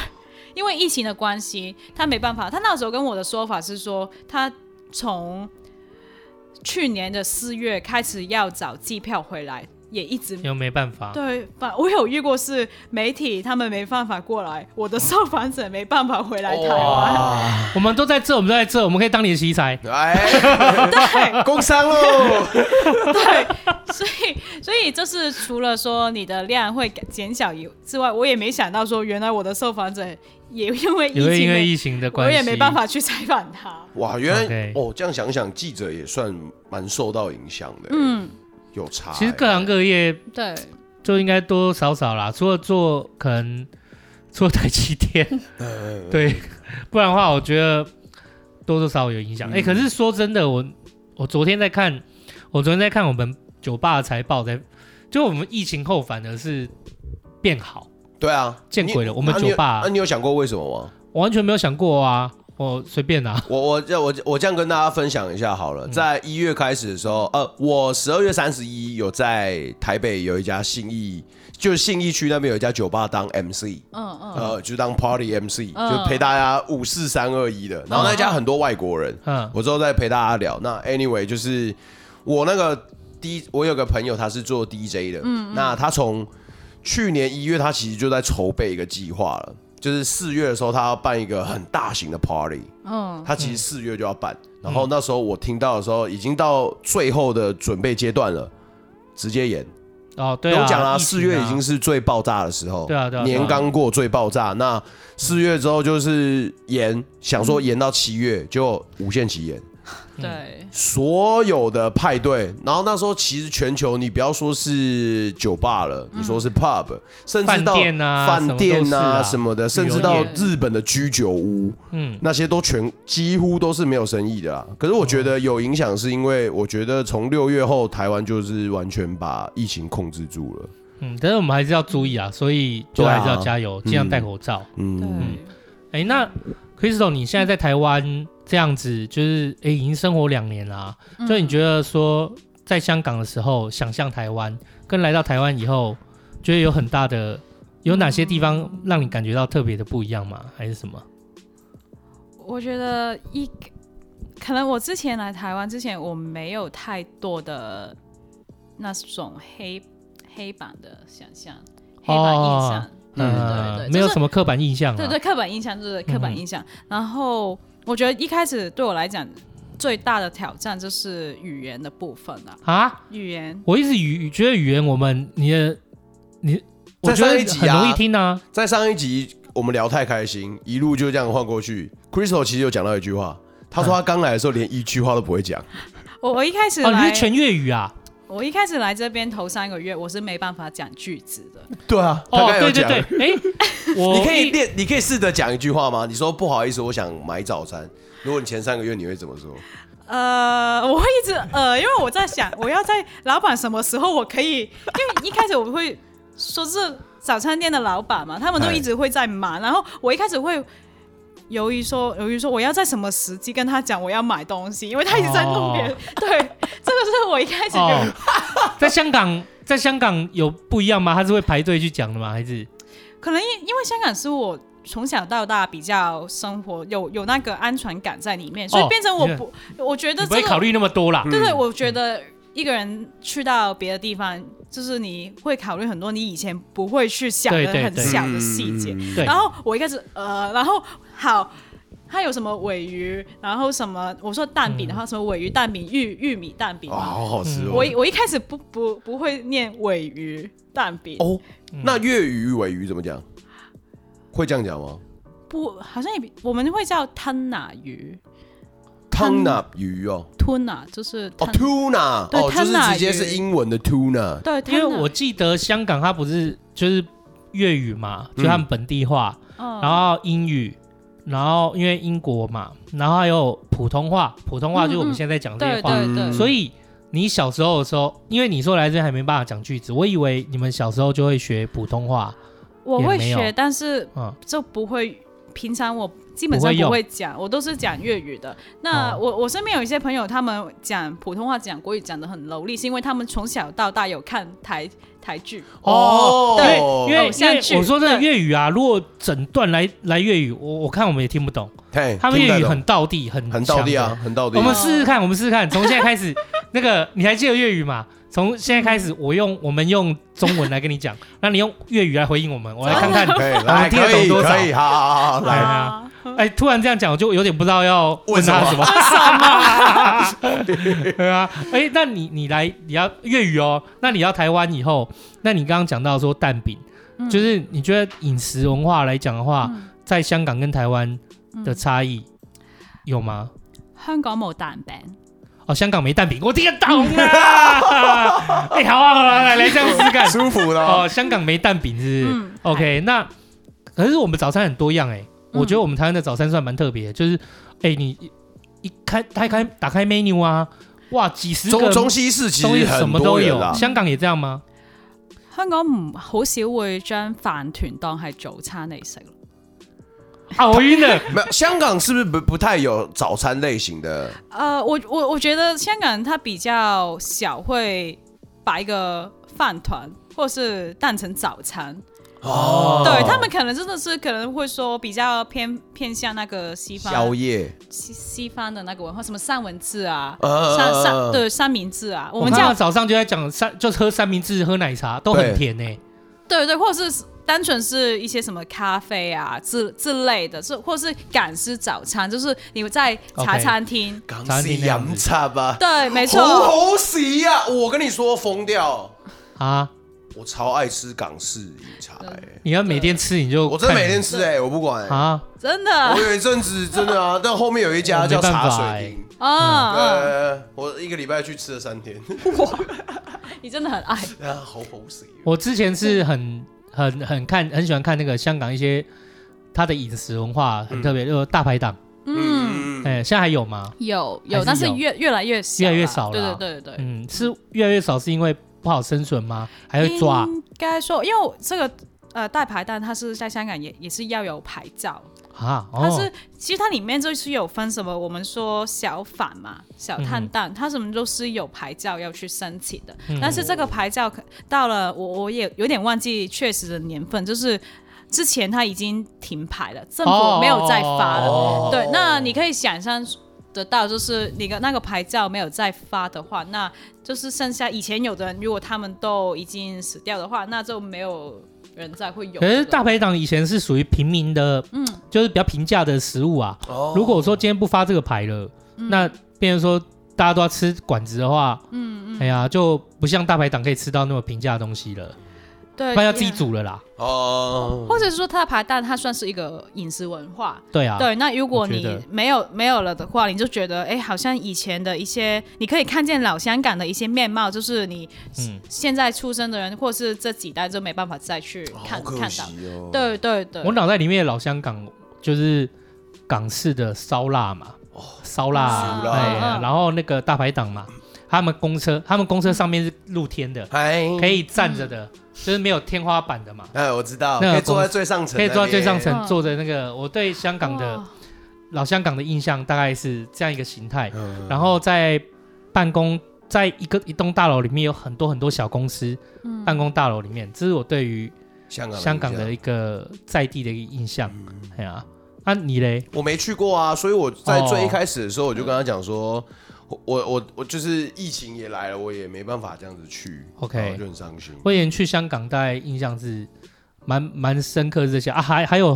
Speaker 3: 因为疫情的关系，他没办法。他那时候跟我的说法是说，他从去年的四月开始要找机票回来，也一直
Speaker 2: 又没办法。
Speaker 3: 对，反我有遇过是媒体他们没办法过来，我的受访者没办法回来台湾。
Speaker 1: 哇，
Speaker 2: 我们都在这，我们都在这，我们可以当你的奇才。
Speaker 1: 哎，
Speaker 3: 对
Speaker 1: 工伤喽。
Speaker 3: 对，所以所以就是除了说你的量会减小以之外，我也没想到说原来我的受访者也因为疫
Speaker 2: 也会
Speaker 3: 情
Speaker 2: 因为
Speaker 3: 没，
Speaker 2: 疫情的关
Speaker 3: 我
Speaker 2: 系，
Speaker 3: 也没办。法去采访他。
Speaker 1: 哇，原来
Speaker 2: OK
Speaker 1: 哦，这样想想，记者也算蛮受到影响的。嗯，
Speaker 3: 嗯，
Speaker 1: 有差欸。
Speaker 2: 其实各行各业
Speaker 3: 对，
Speaker 2: 就应该多多少少啦，除了做可能做台积电，
Speaker 1: 嗯，
Speaker 2: 对，不然的话，我觉得多多少少有影响。
Speaker 1: 嗯
Speaker 2: 哎、可是说真的，我我昨天在看，我昨天在看我们酒吧的财报在，就我们疫情后反而是变好，
Speaker 1: 对啊，
Speaker 2: 见鬼
Speaker 1: 你
Speaker 2: 了
Speaker 1: 啊
Speaker 2: 我们酒
Speaker 1: 那你
Speaker 2: 吧
Speaker 1: 有那你有想过为什么吗？
Speaker 2: 我完全没有想过啊，我随便啊，
Speaker 1: 我我这我我这样跟大家分享一下好了，
Speaker 3: 嗯
Speaker 1: 在一月开始的时候，呃，我十二月三十一有在台北有一家信义，就是信义区那边有一家酒吧当 MC，
Speaker 3: 嗯嗯
Speaker 1: 呃，就当 Party MC，
Speaker 3: 嗯
Speaker 1: 就陪大家五四三二一的，然后那家很多外国人，
Speaker 2: 嗯
Speaker 1: 我之后再陪大家聊。那 anyway，就是我那个 D，我有个朋友他是做 DJ 的，
Speaker 3: 嗯
Speaker 1: 那他从去年一月他其实就在筹备一个计划了，就是四月的时候他要办一个很大型的 party，
Speaker 3: 嗯
Speaker 1: 他其实四月就要办。然
Speaker 2: 嗯
Speaker 1: 后那时候我听到的时候，已经到最后的准备阶段了，直接演。
Speaker 2: 哦，
Speaker 1: 不
Speaker 2: 对
Speaker 1: 用
Speaker 2: 啊，
Speaker 1: 讲啦，
Speaker 2: 疫情
Speaker 1: 四月已经是最爆炸的时候，
Speaker 2: 对啊对啊对啊
Speaker 1: 年刚过最爆炸。那四月之后就是延，想说延到七月，就无限期延。
Speaker 3: 对，
Speaker 1: 所有的派对，然后那时候其实全球，你不要说是酒吧了，你说是 pub，甚至到
Speaker 2: 嗯饭店啊
Speaker 1: 饭店啊什
Speaker 2: 什
Speaker 1: 么的，甚至
Speaker 2: 旅游
Speaker 1: 到
Speaker 3: 业
Speaker 1: 日本的居酒屋，
Speaker 2: 嗯
Speaker 1: 那些都全几乎都是没有生意的啦。可是我觉得有影响，是因为我觉得从六月后，台湾就是完全把疫情控制住了。
Speaker 2: 嗯，但是我们还是要注意啊，所以就
Speaker 1: 对啊
Speaker 2: 还是要加油，尽量戴口罩。
Speaker 3: 对，
Speaker 1: 嗯，
Speaker 2: 哎、那 Crystal，你现在在台湾这样子，就是哎、已经生活两年啦、
Speaker 3: 嗯
Speaker 2: 所以你觉得说，在香港的时候想象台湾，跟来到台湾以后，觉得有很大的有哪些地方让你感觉到特别的不一样吗？还是什么？
Speaker 3: 我觉得一个可能我之前来台湾之前，我没有太多的那种黑黑板的想象，黑板印象，
Speaker 1: 嗯
Speaker 3: 对对
Speaker 2: 哦没有
Speaker 3: 就是
Speaker 2: 什么刻板印象、啊。
Speaker 3: 对对，刻板印象就是刻板
Speaker 2: 嗯哼
Speaker 3: 印象。然后我觉得一开始对我来讲。最大的挑战就是语言的部分啊，
Speaker 2: 啊，
Speaker 3: 语言
Speaker 2: 我一直语觉得语言，我们你的你我
Speaker 1: 在
Speaker 2: 觉
Speaker 1: 上
Speaker 2: 得
Speaker 1: 一集
Speaker 2: 很
Speaker 1: 啊
Speaker 2: 容易听啊。
Speaker 1: 在上一集我们聊太开心，一路就这样换过去。Crystal 其实有讲到一句话，他说他刚来的时候连一句话都不会讲，
Speaker 3: 我我一开始
Speaker 2: 哦，你
Speaker 3: 来
Speaker 2: 是，全粤语啊？
Speaker 3: 我一开始来这边头三个月，我是没办法讲句子的。
Speaker 1: 对啊，哦他
Speaker 2: 哦
Speaker 1: 刚，才有
Speaker 2: 对对
Speaker 1: 讲。
Speaker 2: 对， 哎，我
Speaker 1: 你可以
Speaker 2: 一
Speaker 1: 练，你可以试着讲一句话吗？你说不好意思，我想买早餐。如果你前三个月你会怎么说？
Speaker 3: 呃，我会一直呃，因为我在想，我要在老板什么时候我可以，因为一开始我会说是早餐店的老板嘛，他们都
Speaker 1: 哎
Speaker 3: 一直会在忙，然后我一开始会。犹豫说，犹豫说，我要在什么时机跟他讲我要买东西，因为他一直在弄别人。 对，这个是我一开始就、
Speaker 2: 哦， 在香港，在香港有不一样吗？他是会排队去讲的吗？还是
Speaker 3: 可能因因为香港是我从小到大比较生活有有那个安全感在里面，所以变成我
Speaker 2: 哦你
Speaker 3: 不，我觉
Speaker 2: 你
Speaker 3: 得
Speaker 2: 不
Speaker 3: 这
Speaker 2: 会
Speaker 3: 个
Speaker 2: 考虑那么多啦？
Speaker 3: 对对，我觉得一个人去到别的地方，就是你会考虑很多你以前不会去想的
Speaker 2: 对对
Speaker 3: 很
Speaker 2: 对
Speaker 3: 小的细节。
Speaker 1: 嗯
Speaker 2: 对
Speaker 3: 然后我一开始呃，然后好。它有什么尾鱼，然后什么我说蛋饼，
Speaker 2: 嗯
Speaker 3: 然后什么尾鱼蛋饼、玉玉米蛋饼
Speaker 1: 哇，
Speaker 3: 嘛。
Speaker 1: 好好吃哦！
Speaker 3: 我一我一开始不不不会念尾鱼蛋饼，
Speaker 1: 哦，
Speaker 2: 嗯
Speaker 1: 那粤语尾鱼怎么讲？会这样讲吗？
Speaker 3: 不好像也比我们会叫吞拿鱼，
Speaker 1: 汤
Speaker 3: 汤
Speaker 1: 纳鱼哦，
Speaker 3: 吞拿就是
Speaker 1: 哦
Speaker 3: 吞
Speaker 1: ，tuna，
Speaker 3: 对
Speaker 1: 哦，就是
Speaker 3: tuna
Speaker 1: 直接是
Speaker 3: 鱼
Speaker 1: 英文的 tuna，
Speaker 3: 对，
Speaker 2: 因为
Speaker 3: tuna，
Speaker 2: 我记得香港它不是就是粤语嘛，就他们本地话，
Speaker 3: 嗯
Speaker 2: 然后英语，然后因为英国嘛，然后还有普通话，普通话就是我们现在讲这些
Speaker 3: 对
Speaker 2: 话，
Speaker 3: 对对，
Speaker 1: 嗯
Speaker 2: 所以。你小时候的时候，因为你说来这边还没办法讲句子，我以为你们小时候就会学普通话，
Speaker 3: 我
Speaker 2: 也
Speaker 3: 会
Speaker 2: 没有
Speaker 3: 学，但是
Speaker 2: 嗯，
Speaker 3: 就不会，平常我基本上不会讲，我都是讲粤语的。那
Speaker 2: 哦
Speaker 3: 我、我身边有一些朋友，他们讲普通话、讲国语讲的很流利，是因为他们从小到大有看台台剧。
Speaker 1: 哦
Speaker 2: 因为
Speaker 1: 对
Speaker 2: 因为
Speaker 3: 偶像
Speaker 2: 因
Speaker 3: 剧
Speaker 2: 为我说真的
Speaker 3: 对
Speaker 2: 粤语啊，如果整段来来粤语，我我看我们也听不懂，
Speaker 1: 嘿，
Speaker 2: 他们
Speaker 1: 听不太
Speaker 2: 粤语
Speaker 1: 懂
Speaker 2: 很道地，很
Speaker 1: 很到地啊，
Speaker 2: 强的。
Speaker 1: 很到地
Speaker 2: 我
Speaker 1: 啊。
Speaker 2: 们试试看，我们试试看，从现在开始，那个你还记得粤语吗？从现在开始，我用我们用中文来跟你讲，那你用粤语来回应我 们，我来看看。
Speaker 3: 哦
Speaker 1: 可以，
Speaker 2: 来
Speaker 1: 来，
Speaker 2: 听得
Speaker 1: 可
Speaker 2: 懂
Speaker 1: 以，
Speaker 2: 多少
Speaker 1: 哦可以，好好好好， 来，
Speaker 2: 啊哎，突然这样讲，我就有点不知道要问
Speaker 1: 问
Speaker 2: 他
Speaker 1: 什
Speaker 2: 什
Speaker 1: 么
Speaker 2: 么。 对啊，哎，那你你来，你要粤语哦。那你要台湾以后，那你刚刚讲到说蛋饼，
Speaker 3: 嗯
Speaker 2: 就是你觉得饮食文化来讲的话，
Speaker 3: 嗯
Speaker 2: 在香港跟台湾的差异有吗？
Speaker 3: 香港冇蛋饼，
Speaker 2: 哦，香港没蛋饼，我听得懂啊！哎、好啊，好啊，来来这样试试看。
Speaker 1: 舒服了。
Speaker 2: 哦，香港没蛋饼是不是、
Speaker 3: 嗯
Speaker 2: o k 那可是我们早餐很多样哎、我觉得我们台湾的早餐算蛮特别的，就是哎、你一一开打开打开 menu 啊，哇，几十个
Speaker 1: 中中西式其
Speaker 2: 东西
Speaker 1: 实
Speaker 2: 什
Speaker 1: 很
Speaker 2: 么都
Speaker 1: 多人
Speaker 2: 有，
Speaker 1: 啦，
Speaker 2: 香港也这样吗？
Speaker 3: 香港唔好少會將飯團當係早餐嚟食。
Speaker 2: 啊，我晕了，
Speaker 1: 没有香港是不是不不太有早餐类型的？
Speaker 3: 呃，我我我觉得香港它比较小，会摆一个饭团，或是当成早餐。
Speaker 2: 哦
Speaker 3: 对他们可能真的是可能会说比较偏偏向那个西方
Speaker 1: 宵夜，
Speaker 3: 西西方的那个文化，什么三文治啊，
Speaker 1: 呃
Speaker 3: 三三对三明治啊，我
Speaker 2: 我
Speaker 3: 们
Speaker 2: 看到
Speaker 3: 叫
Speaker 2: 早上就在讲三，就是喝三明治、喝奶茶都很
Speaker 1: 对
Speaker 2: 甜呢、
Speaker 3: 对对，或者是单纯是一些什么咖啡啊之之类的，是或是港式早餐，就是你们在
Speaker 2: OK 哦
Speaker 3: 茶餐厅
Speaker 1: 港
Speaker 2: 餐
Speaker 1: 式
Speaker 2: 厅那样
Speaker 1: 洋
Speaker 2: 子
Speaker 1: 茶吧，
Speaker 3: 对，没
Speaker 1: 好
Speaker 3: 错，
Speaker 1: 好食呀！我跟你说，疯掉！
Speaker 2: 啊，
Speaker 1: 我超爱吃港式饮茶，哎
Speaker 2: 你要每天吃你就
Speaker 1: 我真的
Speaker 2: 看
Speaker 1: 每
Speaker 2: 你
Speaker 1: 天吃哎，我不管哎。
Speaker 2: 嗯啊，
Speaker 3: 真
Speaker 1: 我
Speaker 3: 的
Speaker 1: 有一阵子真的 啊，但后面有一家
Speaker 2: 我没
Speaker 1: 叫
Speaker 2: 办法欸
Speaker 1: 茶水厅，
Speaker 2: 哦嗯
Speaker 3: 啊，
Speaker 1: 呃，我一个礼拜去吃了三天，
Speaker 3: 你真的很爱
Speaker 1: 啊，好好食呀！
Speaker 2: 我之前是很很很看很喜欢看那个香港一些他的饮食文化很特别，就是大排档，
Speaker 1: 嗯，
Speaker 2: 哎、现在还有吗？
Speaker 3: 有
Speaker 2: 还
Speaker 3: 有，
Speaker 2: 是
Speaker 3: 但是
Speaker 2: 有
Speaker 3: 越越来越少
Speaker 2: 越
Speaker 3: 啦，
Speaker 2: 来越少
Speaker 3: 对
Speaker 2: 啦
Speaker 3: 对对对对。
Speaker 2: 嗯，是越来越少，是因为不好生存吗？还会抓？
Speaker 3: 应该说，因为我这个呃大排档，它是在香港也也是要有牌照，
Speaker 2: 啊？
Speaker 3: 它
Speaker 2: 哦，
Speaker 3: 是、其实它里面就是有分什么，我们说小贩嘛、小摊
Speaker 2: 嗯
Speaker 3: 档，它什么都是有牌照要去申请的。但是这个牌照可到了，我我也有点忘记确实的年份，就是。之前它已经停牌了，政府没有再发了。
Speaker 2: 哦
Speaker 3: 对，那你可以想象得到，就是你的那个牌照没有再发的话，那就是剩下以前有的人，如果他们都已经死掉的话，那就没有人再会有这
Speaker 2: 可
Speaker 3: 个。
Speaker 2: 是大排档以前是属于平民的，嗯，就是比较平价的食物啊。
Speaker 1: 哦
Speaker 2: 如果说今天不发这个牌了，
Speaker 3: 嗯
Speaker 2: 那变成说大家都要吃馆子的话，嗯嗯，哎呀，就不像大排档可以吃到那么平价的东西了。
Speaker 3: 对，
Speaker 2: 不然要自己
Speaker 3: 也
Speaker 2: 煮了啦。
Speaker 1: 哦，
Speaker 3: 或者是说它的排蛋它算是一个饮食文化。
Speaker 2: 对啊，
Speaker 3: 对，那如果
Speaker 2: 我觉
Speaker 3: 你
Speaker 2: 得
Speaker 3: 没有没有了的话，你就觉得哎，好像以前的一些，你可以看见老香港的一些面貌，就是你
Speaker 2: 嗯
Speaker 3: 现在出生的人，或是这几代就没办法再去看、
Speaker 1: 好可
Speaker 3: 看
Speaker 1: 惜
Speaker 3: 到。
Speaker 1: 哦。
Speaker 3: 对对对，
Speaker 2: 我脑袋里面的老香港就是港式的烧腊嘛，
Speaker 3: 哦
Speaker 2: 烧腊
Speaker 1: 烧，腊
Speaker 2: 哎
Speaker 3: 嗯，
Speaker 2: 然后那个大排档嘛，他们公车，他们公车上面是露天的，
Speaker 1: 嗨，
Speaker 3: 嗯
Speaker 2: 可以站着的，就是没有天花板的嘛，
Speaker 1: 哎，我知道，
Speaker 2: 那个
Speaker 1: 可以坐
Speaker 2: 公
Speaker 1: 在最上层，
Speaker 2: 可以坐到最上层，
Speaker 3: 嗯
Speaker 2: 坐着那个。我对香港的
Speaker 3: 哇
Speaker 2: 老香港的印象大概是这样一个形态，
Speaker 1: 嗯。
Speaker 2: 然后在办公。在一个一栋大楼里面有很多很多小公司，
Speaker 3: 嗯
Speaker 2: 办公大楼里面，这是我对于
Speaker 1: 香港，
Speaker 2: 香港的一个在地的一个印象。
Speaker 1: 嗯
Speaker 2: 哎呀，啊你嘞？
Speaker 1: 我没去过啊，所以我在最
Speaker 2: 哦
Speaker 1: 一开始的时候，我就跟他讲说，我我我我就是疫情也来了，我也没办法这样子去
Speaker 2: OK
Speaker 1: 然后就很伤心。
Speaker 2: 威廉去香港，大概印象是蛮蛮深刻是这些啊，还还有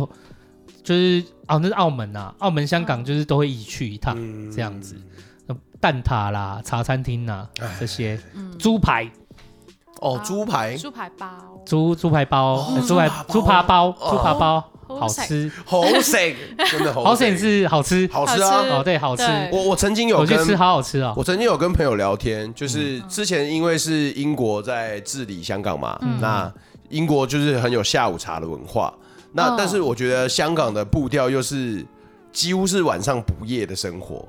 Speaker 2: 就是哦，那是澳门啊，澳门、香
Speaker 3: 嗯
Speaker 2: 港就是都会一起去一趟、
Speaker 1: 嗯
Speaker 2: 这样子，那蛋挞啦、茶餐厅啦
Speaker 1: 哎
Speaker 2: 这些，
Speaker 3: 嗯
Speaker 2: 猪排、
Speaker 1: 嗯哦，猪排
Speaker 3: 猪排包，
Speaker 2: 猪猪排包、
Speaker 1: 哦
Speaker 2: 呃猪排
Speaker 1: 猪
Speaker 2: 猪
Speaker 1: 扒
Speaker 2: 扒
Speaker 1: 包
Speaker 2: 包、猪扒包，
Speaker 3: 哦
Speaker 2: 好吃，
Speaker 1: 好食， 真的
Speaker 2: 好
Speaker 1: 好
Speaker 2: 险是好吃，
Speaker 1: 好吃啊！
Speaker 2: 哦对，好吃，
Speaker 3: 对
Speaker 1: 我我曾经有
Speaker 2: 我去
Speaker 1: 跟
Speaker 2: 吃，好好嗯吃哦，
Speaker 1: 我曾经有跟朋友聊天，就是之前因为是英国在治理香港嘛，
Speaker 2: 嗯
Speaker 1: 那英国就是很有下午茶的文化。那
Speaker 3: 嗯
Speaker 1: 但是我觉得香港的步调又是几乎是晚上不夜的生活，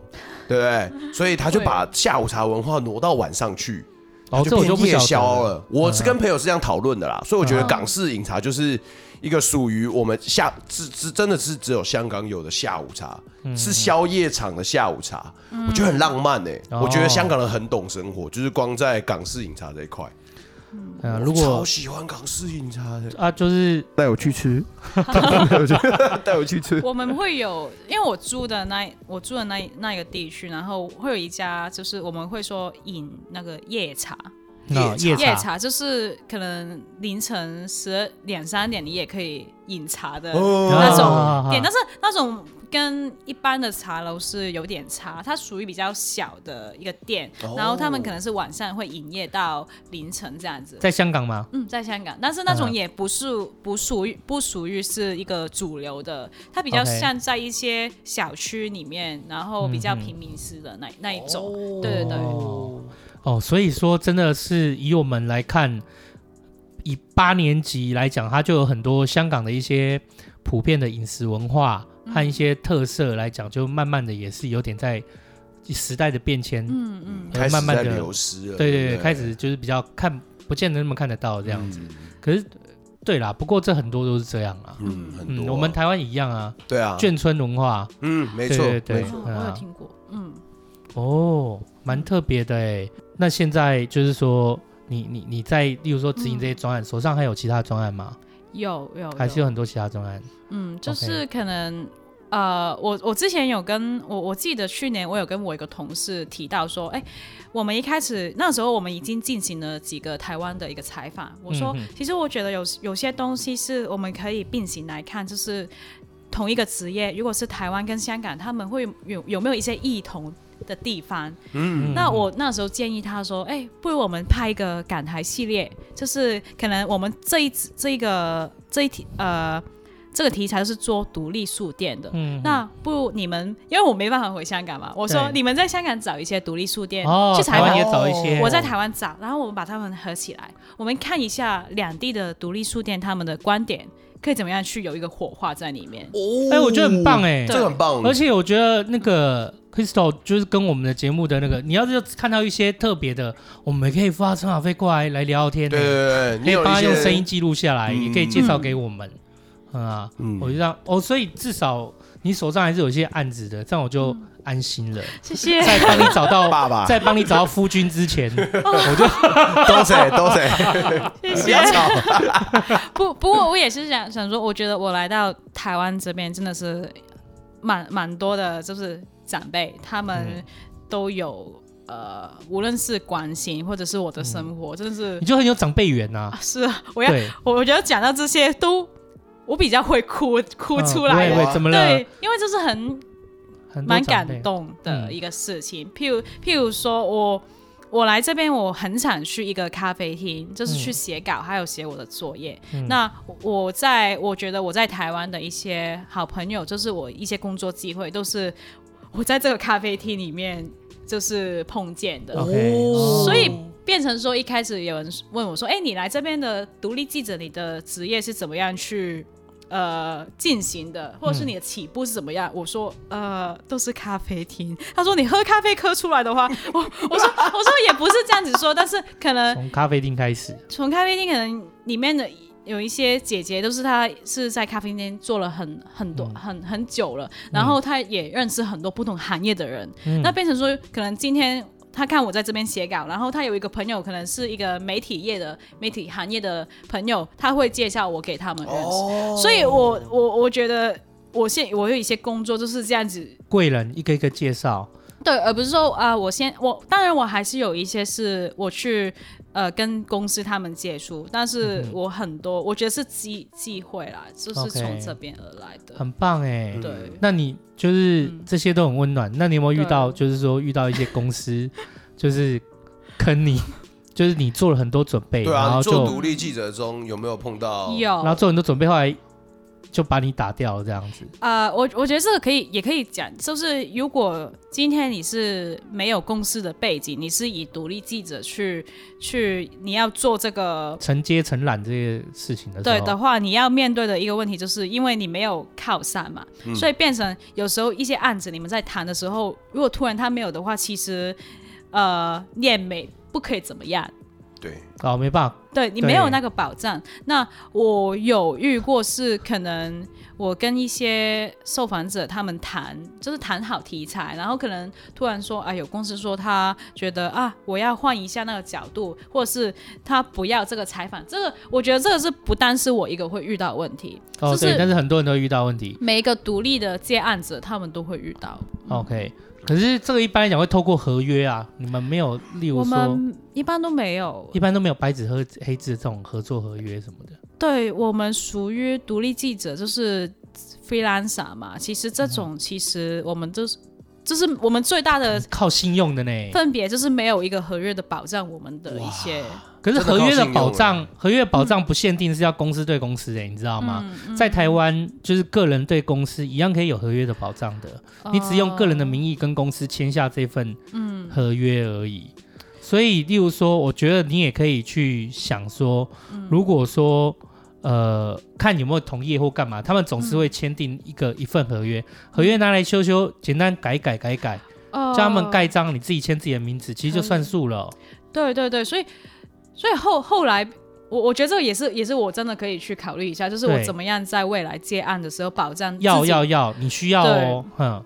Speaker 1: 对不对？
Speaker 2: 嗯
Speaker 1: 所以他就把下午茶文化挪到晚上去，
Speaker 2: 哦这我
Speaker 1: 变
Speaker 2: 就不
Speaker 1: 夜
Speaker 2: 晓
Speaker 1: 宵
Speaker 2: 得嗯
Speaker 1: 了。我是跟朋友是这样讨论的啦，所以我觉得
Speaker 3: 嗯
Speaker 1: 港式饮茶就是一个属于我们下只只真的是只有香港有的下午茶，
Speaker 2: 嗯
Speaker 1: 是宵夜场的下午茶，我觉得很浪漫诶。
Speaker 2: 哦
Speaker 1: 我觉得香港人很懂生活，就是光在港式饮茶这一块，
Speaker 2: 嗯，
Speaker 1: 我
Speaker 2: 如
Speaker 1: 超
Speaker 2: 果
Speaker 1: 喜欢港式饮茶的，
Speaker 2: 啊就是
Speaker 1: 带我去吃， 带我去 吃，
Speaker 3: 我们会有，因为我住的那我住的那那一个地区，然后会有一家，就是我们会说饮那个夜茶，
Speaker 2: 那
Speaker 1: 夜
Speaker 2: 啊夜
Speaker 3: 夜茶就是可能凌晨十两三点你也可以饮茶的
Speaker 1: 哦
Speaker 3: 那种
Speaker 2: 啊
Speaker 3: 点，但是那种跟一般的茶楼是有点差，它属于比较小的一个店，
Speaker 1: 哦
Speaker 3: 然后他们可能是晚上会营业到凌晨这样子。
Speaker 2: 在香港吗？
Speaker 3: 嗯，在香港，但是那种
Speaker 2: 嗯
Speaker 3: 也不是不属于不属于是一个主流的，它比较
Speaker 2: OK
Speaker 3: 像在一些小区里面，然后比较平民式的那那一种。对对对
Speaker 2: 哦哦，所以说真的是以我们来看，以八年级来讲，它就有很多香港的一些普遍的饮食文化
Speaker 3: 嗯
Speaker 2: 和一些特色来讲，就慢慢的也是有点在时代的变迁，
Speaker 3: 嗯嗯，
Speaker 1: 开始
Speaker 2: 慢慢
Speaker 1: 在
Speaker 2: 的
Speaker 1: 流失了，对
Speaker 2: 对
Speaker 1: 嗯
Speaker 2: 对
Speaker 1: 不
Speaker 2: 对，开始就是比较看不见得那么看得到这样子。可是对啦，不过这很多都是这样啊。
Speaker 1: 嗯，很多
Speaker 2: 嗯，
Speaker 1: 啊
Speaker 2: 我们台湾也一样啊，
Speaker 1: 对啊，
Speaker 2: 眷村文化
Speaker 1: 嗯，没错，
Speaker 2: 对对
Speaker 1: 没
Speaker 2: 对
Speaker 1: 错
Speaker 3: 哦我有听过。嗯，
Speaker 2: 哦，蛮特别的哎。那现在就是说，你你你在，例如说执行这些专案，手上还有其他专案吗？
Speaker 3: 嗯有有
Speaker 2: 还是有很多其他专案？
Speaker 3: 嗯，就
Speaker 2: OK
Speaker 3: 是可能呃，我我之前有跟我我记得去年我有跟我一个同事提到说，哎，我们一开始那时候我们已经进行了几个台湾的一个采访，我说、
Speaker 2: 嗯嗯
Speaker 3: 其实我觉得有有些东西是我们可以并行来看，就是同一个职业，如果是台湾跟香港，他们会有有没有一些异同？的地方，
Speaker 1: 嗯，
Speaker 3: 那我那时候建议他说：“哎、不如我们拍一个港台系列，就是可能我们这一这一个这一题呃这个题材是做独立书店的。
Speaker 2: 嗯，
Speaker 3: 那不如你们，因为我没办法回香港嘛，我说
Speaker 2: 对
Speaker 3: 你们在香港找一些独立书店、
Speaker 2: 哦，
Speaker 3: 去采
Speaker 2: 台湾
Speaker 3: 访
Speaker 2: 也。找一
Speaker 1: 哦
Speaker 2: 些，
Speaker 3: 我在台湾找，然后我们把他们合起来，我们看一下两地的独立书店他们的观点，可以怎么样去有一个火花在里面。
Speaker 1: 哦
Speaker 2: 哎我觉得很棒哎
Speaker 1: 这个很棒，
Speaker 2: 而且我觉得那个 Crystal 就是跟我们的节目的那个，你要是看到一些特别的，我们也可以发陈小飞过来来聊聊天、
Speaker 1: 对对对，
Speaker 2: 欸，可
Speaker 1: 你
Speaker 2: 以
Speaker 1: 有
Speaker 2: 帮
Speaker 1: 一
Speaker 2: 他
Speaker 1: 些
Speaker 2: 用声音记录下来，
Speaker 1: 嗯
Speaker 2: 也可以介绍给我们。嗯啊，
Speaker 1: 嗯
Speaker 2: 我就让哦，所以至少你手上还是有一些案子的，这样我就
Speaker 3: 嗯
Speaker 2: 安心了。
Speaker 3: 谢谢。
Speaker 2: 在帮你找到
Speaker 1: 爸 爸
Speaker 2: 在帮你找到夫君 之前，
Speaker 1: 都谁都谁， 不要吵，
Speaker 3: 不，不过我也是想想说，我觉得我来到台湾这边真的是蛮蛮多的，就是长辈他们都有、呃，无论是关心或者是我的生
Speaker 1: 嗯
Speaker 3: 活，真 的是
Speaker 2: 你就很有长辈缘呐
Speaker 3: 啊。是啊，我要
Speaker 2: 对，
Speaker 3: 我我觉得讲到这些都我比较会哭哭出来
Speaker 2: 嗯
Speaker 1: 的
Speaker 2: 不会不会怎么了？
Speaker 3: 对，因为这是很
Speaker 2: 很多
Speaker 3: 蛮
Speaker 2: 长
Speaker 3: 感
Speaker 2: 辈。嗯
Speaker 3: 动的一个事情。譬如譬如说我。我来这边，我很想去一个咖啡厅，就是
Speaker 2: 嗯
Speaker 3: 去写稿，还有写我的作业。那我在我觉得我在台湾的一些好朋友，就是我一些工作机会，都是我在这个咖啡厅里面就是碰见的。
Speaker 2: OK，哦
Speaker 3: 所以变成说，一开始有人问我说：“哎、你来这边的独立记者，你的职业是怎么样去呃进行的，或者是你的起步是怎么样？”我说：“呃，都是咖啡厅。”他说：“你喝咖啡喝出来的话，我我说我说也不是这样子说，但是可能
Speaker 2: 从咖啡厅开始，
Speaker 3: 从咖啡厅可能里面的有一些姐姐都是她是在咖啡厅做了很很多、很很久了，然后她也认识很多不同行业的人，那变成说可能今天。她看我在这边写稿，然后她有一个朋友，可能是一个媒体业的媒体行业的朋友，他会介绍我给他们认识。
Speaker 1: 哦
Speaker 3: 所以我我我觉得我现我有一些工作就是这样子
Speaker 2: 贵人一个一个介绍，
Speaker 3: 对，而不是说啊、呃我先我当然我还是有一些是我去呃跟公司他们接触，但
Speaker 2: 嗯
Speaker 3: 是我很多、我觉得是机机会啦，就是从
Speaker 2: OK
Speaker 3: 这边而来的。
Speaker 2: 很棒哎。
Speaker 1: 嗯
Speaker 3: 对，
Speaker 2: 那你就是
Speaker 3: 嗯
Speaker 2: 这些都很温暖。那你有没有遇到，
Speaker 3: 对
Speaker 2: 就是说遇到一些公司， 就是坑你，就是你做了很多准备，
Speaker 1: 对
Speaker 2: 然
Speaker 1: 啊，
Speaker 2: 后
Speaker 1: 你做
Speaker 2: 就
Speaker 1: 独立记者中有没有碰到？
Speaker 3: 有
Speaker 2: 然后做很多准备，后来就把你打掉了这样子。
Speaker 3: 啊、我我觉得这个可以也可以讲，就是如果今天你是没有公司的背景，你是以独立记者去去你要做这个
Speaker 2: 承接承揽这些事情的时候，
Speaker 3: 对的话，你要面对的一个问题，就是因为你没有靠山嘛，
Speaker 2: 嗯
Speaker 3: 所以变成有时候一些案子你们在谈的时候，如果突然他没有的话，其实呃你也没不可以怎么样，
Speaker 1: 对，
Speaker 2: 哦，没办法，
Speaker 3: 对你
Speaker 2: 对
Speaker 3: 没有那个保障。那我有遇过是可能我跟一些受访者他们谈，就是谈好题材，然后可能突然说，哎，有公司说他觉得啊，我要换一下那个角度，或者是他不要这个采访。这个我觉得这个是不单是我一个会遇到的问题，
Speaker 2: 哦，
Speaker 3: 就是
Speaker 2: 对，但是很多人都会遇到问题。
Speaker 3: 每一个独立的接案者他们都会遇到。
Speaker 2: OK，可是这个一般来讲会透过合约啊，你们没有，例
Speaker 3: 我
Speaker 2: 如说，
Speaker 3: 们一般都没有
Speaker 2: 一，般都没有白纸和黑字这种合作合约什么的。
Speaker 3: 对我们属于独立记者，就是 freelancer 嘛。其实
Speaker 2: 嗯
Speaker 3: 这种，其实我们就是，就是我们最大的
Speaker 2: 靠信用的呢。
Speaker 3: 分别就是没有一个合约的保障，我们的一些
Speaker 2: 可是合约的
Speaker 1: 真的靠
Speaker 2: 保
Speaker 1: 信用
Speaker 2: 障，合约的保
Speaker 3: 嗯
Speaker 2: 障不限定是要公司对公司的，你知道吗？在台湾，就是个人对公司一样可以有合约的保障的，
Speaker 3: 哦
Speaker 2: 你只用个人的名义跟公司签下这份
Speaker 3: 嗯
Speaker 2: 合约而已。所以，例如说，我觉得你也可以去想说，
Speaker 3: 嗯
Speaker 2: 如果说呃，看有没有同业或干嘛，他们总是会签订一个一份合
Speaker 3: 嗯
Speaker 2: 约，合约拿来修修，简单改改改改，
Speaker 3: 呃
Speaker 2: 叫他们盖章，你自己签自己的名字，其实就
Speaker 3: 可以
Speaker 2: 算数了哦。
Speaker 3: 对对对，所以所以后后来，我我觉得这个也是也是我真的可以去考虑一下，就是我
Speaker 2: 对
Speaker 3: 怎么样在未来接案的时候保障自己
Speaker 2: 要要要，你需要哦，哼，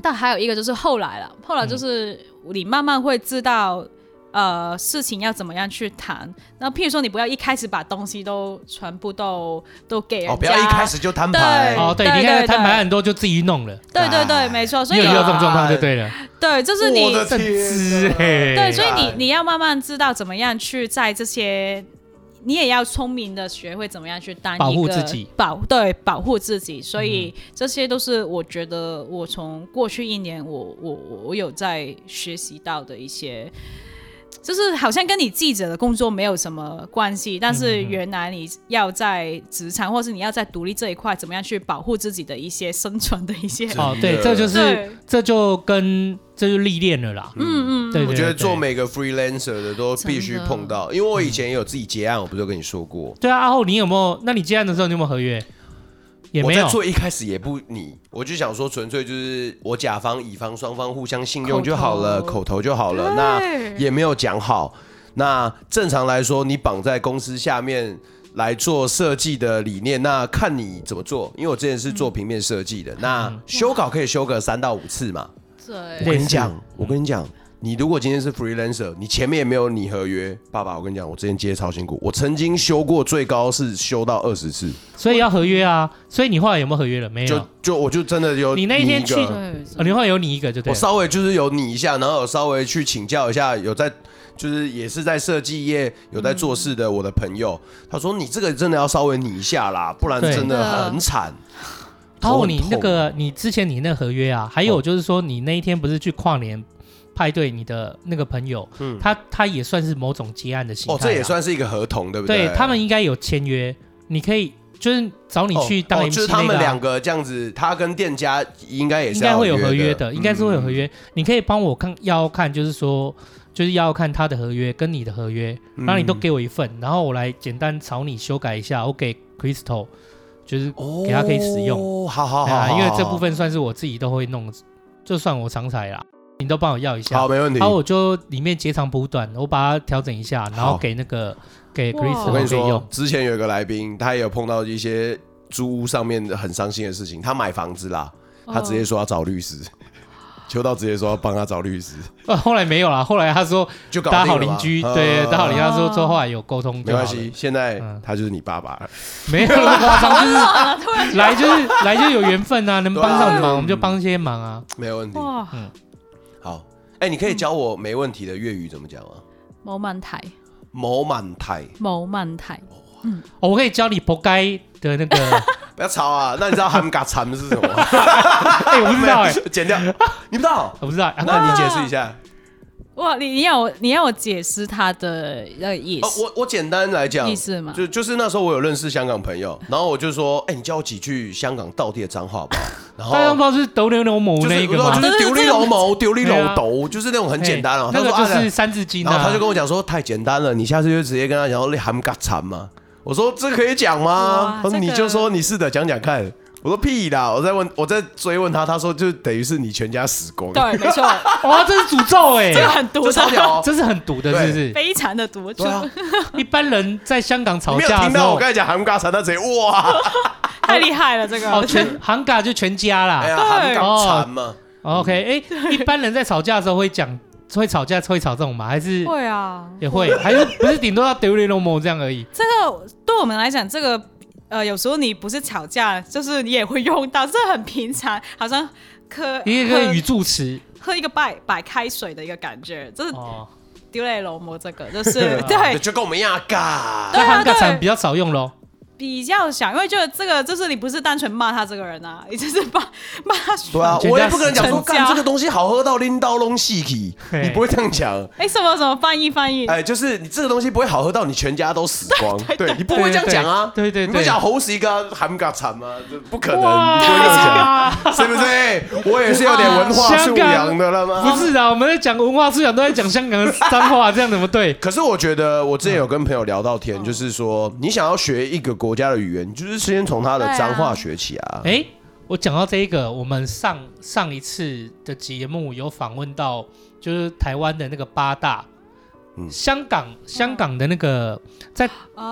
Speaker 3: 但还有一个就是后来了，后
Speaker 2: 嗯
Speaker 3: 来就是你慢慢会知道，呃，事情要怎么样去谈。那譬如说，你不要一开始把东西都全部都都给人家，
Speaker 1: 哦，不要一开始就摊牌
Speaker 3: 对。
Speaker 2: 哦，对，
Speaker 3: 对
Speaker 2: 你看
Speaker 3: 对
Speaker 2: 摊牌很多就自己弄了，
Speaker 3: 对对
Speaker 1: 哎
Speaker 3: 对，没错。所
Speaker 2: 啊你
Speaker 3: 以
Speaker 2: 有遇到
Speaker 1: 要
Speaker 2: 这种状况就对了，
Speaker 3: 对，就是
Speaker 1: 我
Speaker 3: 你
Speaker 1: 的
Speaker 2: 正
Speaker 1: 啊天
Speaker 2: 知
Speaker 1: 哪
Speaker 2: 嘿，
Speaker 3: 对，所以
Speaker 1: 哎
Speaker 2: 啊
Speaker 3: 你你要慢慢知道怎么样去在这些。你也要聪明的学会怎么样去当一个
Speaker 2: 保护自己，嗯
Speaker 3: 保对保护自己，所以这些都是我觉得我从过去一年我我我我有在学习到的一些，就是好像跟你记者的工作没有什么关系，
Speaker 2: 嗯
Speaker 3: 但是原来你要在职场或是你要在独立这一块怎么样去保护自己的一些生存的一些，
Speaker 1: 是
Speaker 2: 哦，对，这就是
Speaker 3: 对
Speaker 2: 这就跟这就历练了啦，嗯嗯，对，对
Speaker 1: 我觉得做。
Speaker 2: 对嗯
Speaker 1: 每个 freelancer 的都必须
Speaker 3: 真的
Speaker 1: 碰到，因为我以前也有自己结案，我不是有跟你说过，
Speaker 2: 对啊，阿后你有没有？那你接案的时候你有没有合约？也
Speaker 1: 我
Speaker 2: 没
Speaker 1: 在
Speaker 2: 有，
Speaker 1: 做一开始也不你，我就想说纯粹就是我甲方乙方双方互相信用就好了，
Speaker 3: 口头
Speaker 1: 口头就好了，那也没有讲好。那正常来说，你绑在公司下面来做设计的理念，那看你怎么做。因为我之前是
Speaker 3: 嗯
Speaker 1: 做平面设计
Speaker 2: 嗯
Speaker 1: 的，那修稿可以修个三到五次嘛。我
Speaker 3: 对，
Speaker 1: 跟
Speaker 2: 类
Speaker 1: 你
Speaker 2: 似嗯
Speaker 1: 讲，我跟你讲，你如果今天是 freelancer，你前面也没有你合约，爸爸，我跟你讲，我之前接得超辛苦，我曾经修过最高是修到二十次，
Speaker 2: 所以要合约啊。所以你后来有没有合约了？没有
Speaker 1: 就，就我就真的有
Speaker 2: 你那一天
Speaker 1: 拟一个
Speaker 2: 去
Speaker 3: 对
Speaker 2: 哦，你后来有你一个就对
Speaker 1: 我
Speaker 2: 了。
Speaker 1: 稍微就是有拟一下，然后有稍微去请教一下，有在就是也是在设计业有在做事的我的朋友，他说你这个真的要稍微拟一下啦，不然
Speaker 2: 嗯对嗯
Speaker 1: 真
Speaker 3: 真
Speaker 1: 的
Speaker 3: 的
Speaker 1: 很惨。
Speaker 2: 然
Speaker 1: 头
Speaker 2: 后
Speaker 1: 很
Speaker 2: 你那
Speaker 1: 痛哦
Speaker 2: 个你之前你那合约啊，还有就是说你那一天不是去跨年派对你的那个朋友，他他也算是某种接案的形
Speaker 1: 嗯
Speaker 2: 态
Speaker 1: 哦
Speaker 2: 啦，，
Speaker 1: 这也算是一个合同，对不
Speaker 2: 对
Speaker 1: 对
Speaker 2: 他们应该有签约，你可以就是找你去当
Speaker 1: 哦
Speaker 2: MC
Speaker 1: 哦，就是
Speaker 2: 那
Speaker 1: 他们
Speaker 2: 个啊
Speaker 1: 两个这样子，他跟店家应该也是
Speaker 2: 应该会有
Speaker 1: 要
Speaker 2: 合约
Speaker 1: 的，嗯
Speaker 2: 的，应该是会有合
Speaker 1: 约。
Speaker 2: 约。你可以帮我看，要看就是说，就是要看他的合约跟你的合约，然后你都
Speaker 1: 嗯
Speaker 2: 给我一份，然后我来简单草拟修改一下，我给 Crystal，就是
Speaker 1: 哦，
Speaker 2: 给他可以使用。
Speaker 1: 好好好
Speaker 2: 啊，
Speaker 1: 哦好，
Speaker 2: 因为这
Speaker 1: 好
Speaker 2: 部分算是我自己都会弄，就算我常才啦，你都帮我要一
Speaker 1: 好
Speaker 2: 下，
Speaker 1: 没问题
Speaker 2: 然。啊后我就里面截长补短，我把它调整一下，然后
Speaker 1: 好
Speaker 2: 给那个给
Speaker 3: 哇
Speaker 1: 我跟
Speaker 2: Crystal
Speaker 1: 你
Speaker 2: 可以用
Speaker 1: 说。，之前有一个来宾，他也有碰到一些租屋上面的很伤心的事情。他买房子啦，
Speaker 2: 哦
Speaker 1: 他直接说要找律 师，秋道直接说要帮他找律师，
Speaker 2: 呃，后来没有啦，后来他说
Speaker 1: 就搞定
Speaker 2: 打
Speaker 1: 了
Speaker 2: 好
Speaker 1: 嘛
Speaker 2: 邻居，
Speaker 1: 嗯
Speaker 2: 对，打好邻居，
Speaker 1: 嗯
Speaker 2: 他说之后后来有沟通，
Speaker 1: 没关系，，现在
Speaker 2: 嗯
Speaker 1: 他就是你爸爸了。
Speaker 2: 没有那么夸张，就是
Speaker 3: 哦突然
Speaker 2: 来就是来就有缘分啊，能帮上
Speaker 1: 对啊
Speaker 2: 忙我们就帮些忙啊。
Speaker 1: 没有问题。
Speaker 3: 哇，
Speaker 1: 好，哎，你可以教我没问题的粤语怎么讲吗？
Speaker 3: 冇问题，
Speaker 1: 某满台，
Speaker 3: 冇问题，
Speaker 2: 哦，我可以教你仆街的 那个，
Speaker 1: 不要吵啊！那你知道汉嘎惨是什么吗？
Speaker 2: 哎， 我不知道哎，
Speaker 1: 剪掉，你不知道？
Speaker 2: 我不知道。啊
Speaker 1: 那你解释一下。
Speaker 3: 哇，你你要我你要我解释他的呃意
Speaker 1: 哦，
Speaker 3: 思
Speaker 1: 我我简单来讲
Speaker 3: 意，思吗？
Speaker 1: 就就是那时候我有认识香港朋友，然后我就说，哎、你教我几句香港道地的脏话好不好？ 然
Speaker 2: 大家不
Speaker 1: 后
Speaker 2: 知道是斗牛牛某
Speaker 1: 就
Speaker 2: 那
Speaker 1: 是
Speaker 2: 一
Speaker 1: 我
Speaker 2: 个
Speaker 1: 说
Speaker 2: 吗
Speaker 1: 就？是丢你老母，丢你
Speaker 2: 对
Speaker 1: 老
Speaker 2: 啊
Speaker 1: 豆，就是那种很简单哦。他
Speaker 2: 嘿那
Speaker 1: 说
Speaker 2: 个就
Speaker 1: 啊
Speaker 2: 是三字经
Speaker 1: 然后
Speaker 2: 啊。
Speaker 1: 他就跟我讲说太简单了，你下次就直接跟他讲说你喊嘎惨吗？我说这个可以讲吗？
Speaker 3: 哇
Speaker 1: 他说
Speaker 3: 这个
Speaker 1: 你就说你试着讲讲看。我说屁啦！我在问，我在追问他，他说就等于是你全家死光，
Speaker 3: 对，没错，
Speaker 2: 哇，这是诅咒哎
Speaker 3: 这，个很毒
Speaker 1: 这超屌
Speaker 3: 的，
Speaker 1: 哦。
Speaker 2: 这是很毒的，是不 是？
Speaker 3: 非常的毒，就
Speaker 1: 对啊，
Speaker 2: 一般人在香港
Speaker 1: 你
Speaker 2: 吵
Speaker 1: 没有
Speaker 2: 架
Speaker 1: 听
Speaker 2: 的时
Speaker 1: 到我
Speaker 2: 候
Speaker 1: 刚，才讲喊嘎惨，他直接哇，
Speaker 3: 太厉害了，这个
Speaker 2: 哦， 全行嘎就全家
Speaker 1: 哎
Speaker 2: 啦。
Speaker 1: 呀喊嘎
Speaker 2: 哦
Speaker 1: 惨啊嘛，
Speaker 2: OK，哎，一般人在吵架的时候会讲，会吵架会吵这种吗？还是
Speaker 3: 会啊，
Speaker 2: 也会？还是不是顶多到丢牛牛某这样而已？
Speaker 3: 这个对我们来讲，这个呃，有时候你不是吵架，就是你也会用到，这很平常，好像喝
Speaker 2: 一个语助词
Speaker 3: 喝喝一个白白开水的一个感觉，就是
Speaker 2: 哦。
Speaker 3: 丢泪龙膜这个，就是 对
Speaker 1: 就跟我们一样啊嘎。
Speaker 2: 在
Speaker 3: 对啊
Speaker 2: 韩国产
Speaker 3: 对
Speaker 2: 比较少用咯。
Speaker 3: 比较想，因为就这个就是你不是单纯骂他这个人啊，你就是骂骂他。
Speaker 1: 对啊，
Speaker 2: 全家
Speaker 1: 我也不可能讲说
Speaker 3: 死全
Speaker 1: 干
Speaker 3: 家
Speaker 1: 这个东西好喝到拎刀弄细体，
Speaker 2: 嘿
Speaker 1: 你不会这样讲。
Speaker 3: 哎，什么什么翻译翻译，
Speaker 1: 哎，就是你这个东西不会好喝到你全家都死光，对你不会这样讲啊。
Speaker 2: 对对对对对
Speaker 1: 你不会讲猴死一个韩嘎惨吗？这不可能，
Speaker 2: 哇
Speaker 1: 你不会这样讲，是不是？ 我也是有点文化素养的了吗？
Speaker 2: 不。是啊，我们在讲文化素养，都在讲香港的脏话，这样怎么对？
Speaker 1: 可是我觉得，我之前有跟朋友聊到天，就是说，你想要学一个国家的语言，就是先从他的脏话学起啊。
Speaker 2: 哎，我讲到这一个，我们上上一次的节目有访问到，就是台湾的那个八大，
Speaker 1: 嗯
Speaker 2: 香港香港的那个
Speaker 3: 哦，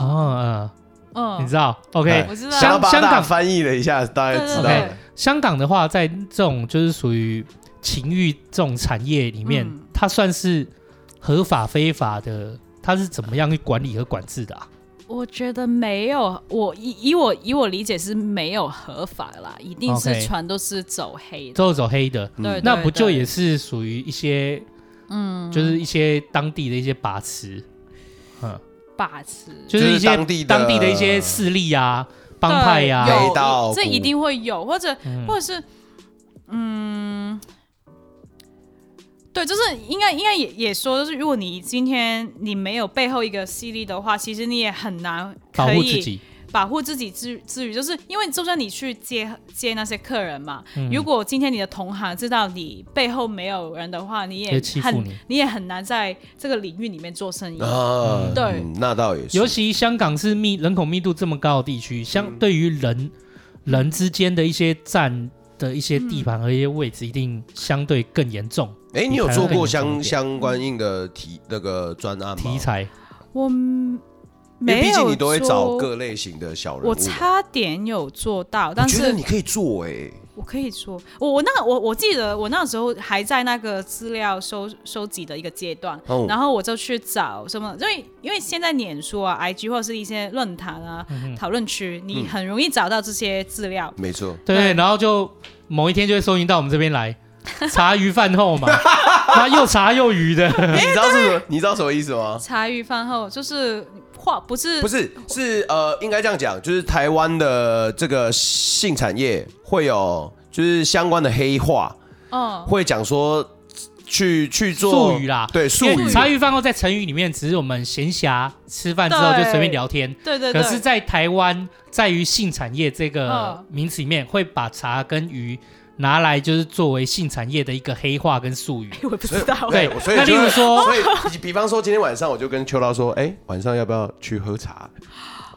Speaker 2: 哦，呃你
Speaker 3: 嗯，
Speaker 2: 知道？OK，
Speaker 1: 哎
Speaker 3: 我知道
Speaker 1: 想要
Speaker 2: 香
Speaker 1: 把它
Speaker 2: 香港
Speaker 1: 翻译了一下，大概知
Speaker 3: 对
Speaker 1: 道
Speaker 3: 对
Speaker 1: 了。
Speaker 2: 香港的话，在这种就是属于情欲这种产业里面，
Speaker 3: 嗯
Speaker 2: 它算是合法非法的，它是怎么样去管理和管制的啊？
Speaker 3: 我觉得没有，我以以我以我理解是没有合法啦，一定是
Speaker 2: OK
Speaker 3: 全都是走黑的。
Speaker 2: 都是走黑的，
Speaker 1: 嗯
Speaker 3: 对，
Speaker 2: 那不就也
Speaker 3: 是
Speaker 2: 是属于一些，嗯，就是一些当地的一些把持，嗯，
Speaker 3: 把持？
Speaker 2: 就是一些
Speaker 1: 就是当地的
Speaker 2: 一些势力啊、帮派呀、
Speaker 1: 对
Speaker 2: 啊，
Speaker 1: 黑道
Speaker 3: 有这
Speaker 1: 股
Speaker 3: 一定会有，或者
Speaker 2: 嗯
Speaker 3: 或者是，嗯，嗯对，就是应该应该也也说，就是如果你今天你没有背后一个犀利的话，其实你也很难
Speaker 2: 保
Speaker 3: 可
Speaker 2: 护
Speaker 3: 以
Speaker 2: 自己。
Speaker 3: 保护自己之之余，就是因为就算你去接接那些客人嘛，
Speaker 2: 嗯
Speaker 3: 如果今天你的同行知道你背后没有人的话，你
Speaker 2: 会
Speaker 3: 也
Speaker 2: 欺负
Speaker 3: 很
Speaker 2: 你
Speaker 3: 也很难在这个领域里面做生意。
Speaker 1: 啊，
Speaker 3: 对
Speaker 1: 嗯，那倒也是
Speaker 2: 尤。其香港是密人口密度这么高的地区，相对于人人之间的一些占的一些地盘和一些位置，一定相对更严重。
Speaker 1: 哎，你有
Speaker 2: 比台
Speaker 1: 做
Speaker 2: 湾更
Speaker 1: 过
Speaker 2: 严重一
Speaker 1: 相
Speaker 2: 点
Speaker 1: 相关应的题那个专案吗？
Speaker 2: 题材
Speaker 3: 我嗯
Speaker 1: 因为
Speaker 3: 没
Speaker 1: 毕
Speaker 3: 有
Speaker 1: 竟你都会找
Speaker 3: 做
Speaker 1: 各类型的小人物。
Speaker 3: 我差点有做到，
Speaker 1: 我
Speaker 3: 但
Speaker 1: 觉得
Speaker 3: 是
Speaker 1: 你可以做哎、
Speaker 3: 我可以说，我我那我我记得我那时候还在那个资料收收集的一个阶段，
Speaker 1: 哦
Speaker 3: 然后我就去找什么，因为因为现在脸书啊、IG 或者是一些论坛啊、
Speaker 2: 嗯
Speaker 3: 讨论区，
Speaker 1: 嗯
Speaker 3: 你很容易找到这些资料。
Speaker 1: 没错，
Speaker 2: 对，
Speaker 3: 对
Speaker 2: 然后就某一天就会收银到我们这边来， 茶余饭后嘛， 那又茶又余的，
Speaker 1: 你知道是什么？你知道什么意思吗？
Speaker 3: 茶余饭后就是话不是
Speaker 1: 不是，是呃，应该这样讲，就是台湾的这个性产业会有就是相关的黑话，
Speaker 3: 哦
Speaker 1: 会讲说去去做
Speaker 2: 术语啦，
Speaker 1: 对术
Speaker 2: 因为
Speaker 1: 语
Speaker 2: 茶余饭后在成语里面，只是我们闲暇吃饭之后就
Speaker 3: 对
Speaker 2: 随便聊天。
Speaker 3: 对对对，
Speaker 2: 可是，在台湾，在于性产业这个
Speaker 3: 嗯
Speaker 2: 名词里面，会把茶跟鱼拿来就是作为性产业的一个黑话跟术语。
Speaker 3: 我也不知道，哎
Speaker 2: 对
Speaker 1: 所以
Speaker 2: 那例
Speaker 1: 就
Speaker 2: 如
Speaker 1: 是
Speaker 2: 说
Speaker 1: 所以比比方说今天晚上我就跟秋刀说，哎，晚上要不要去喝茶？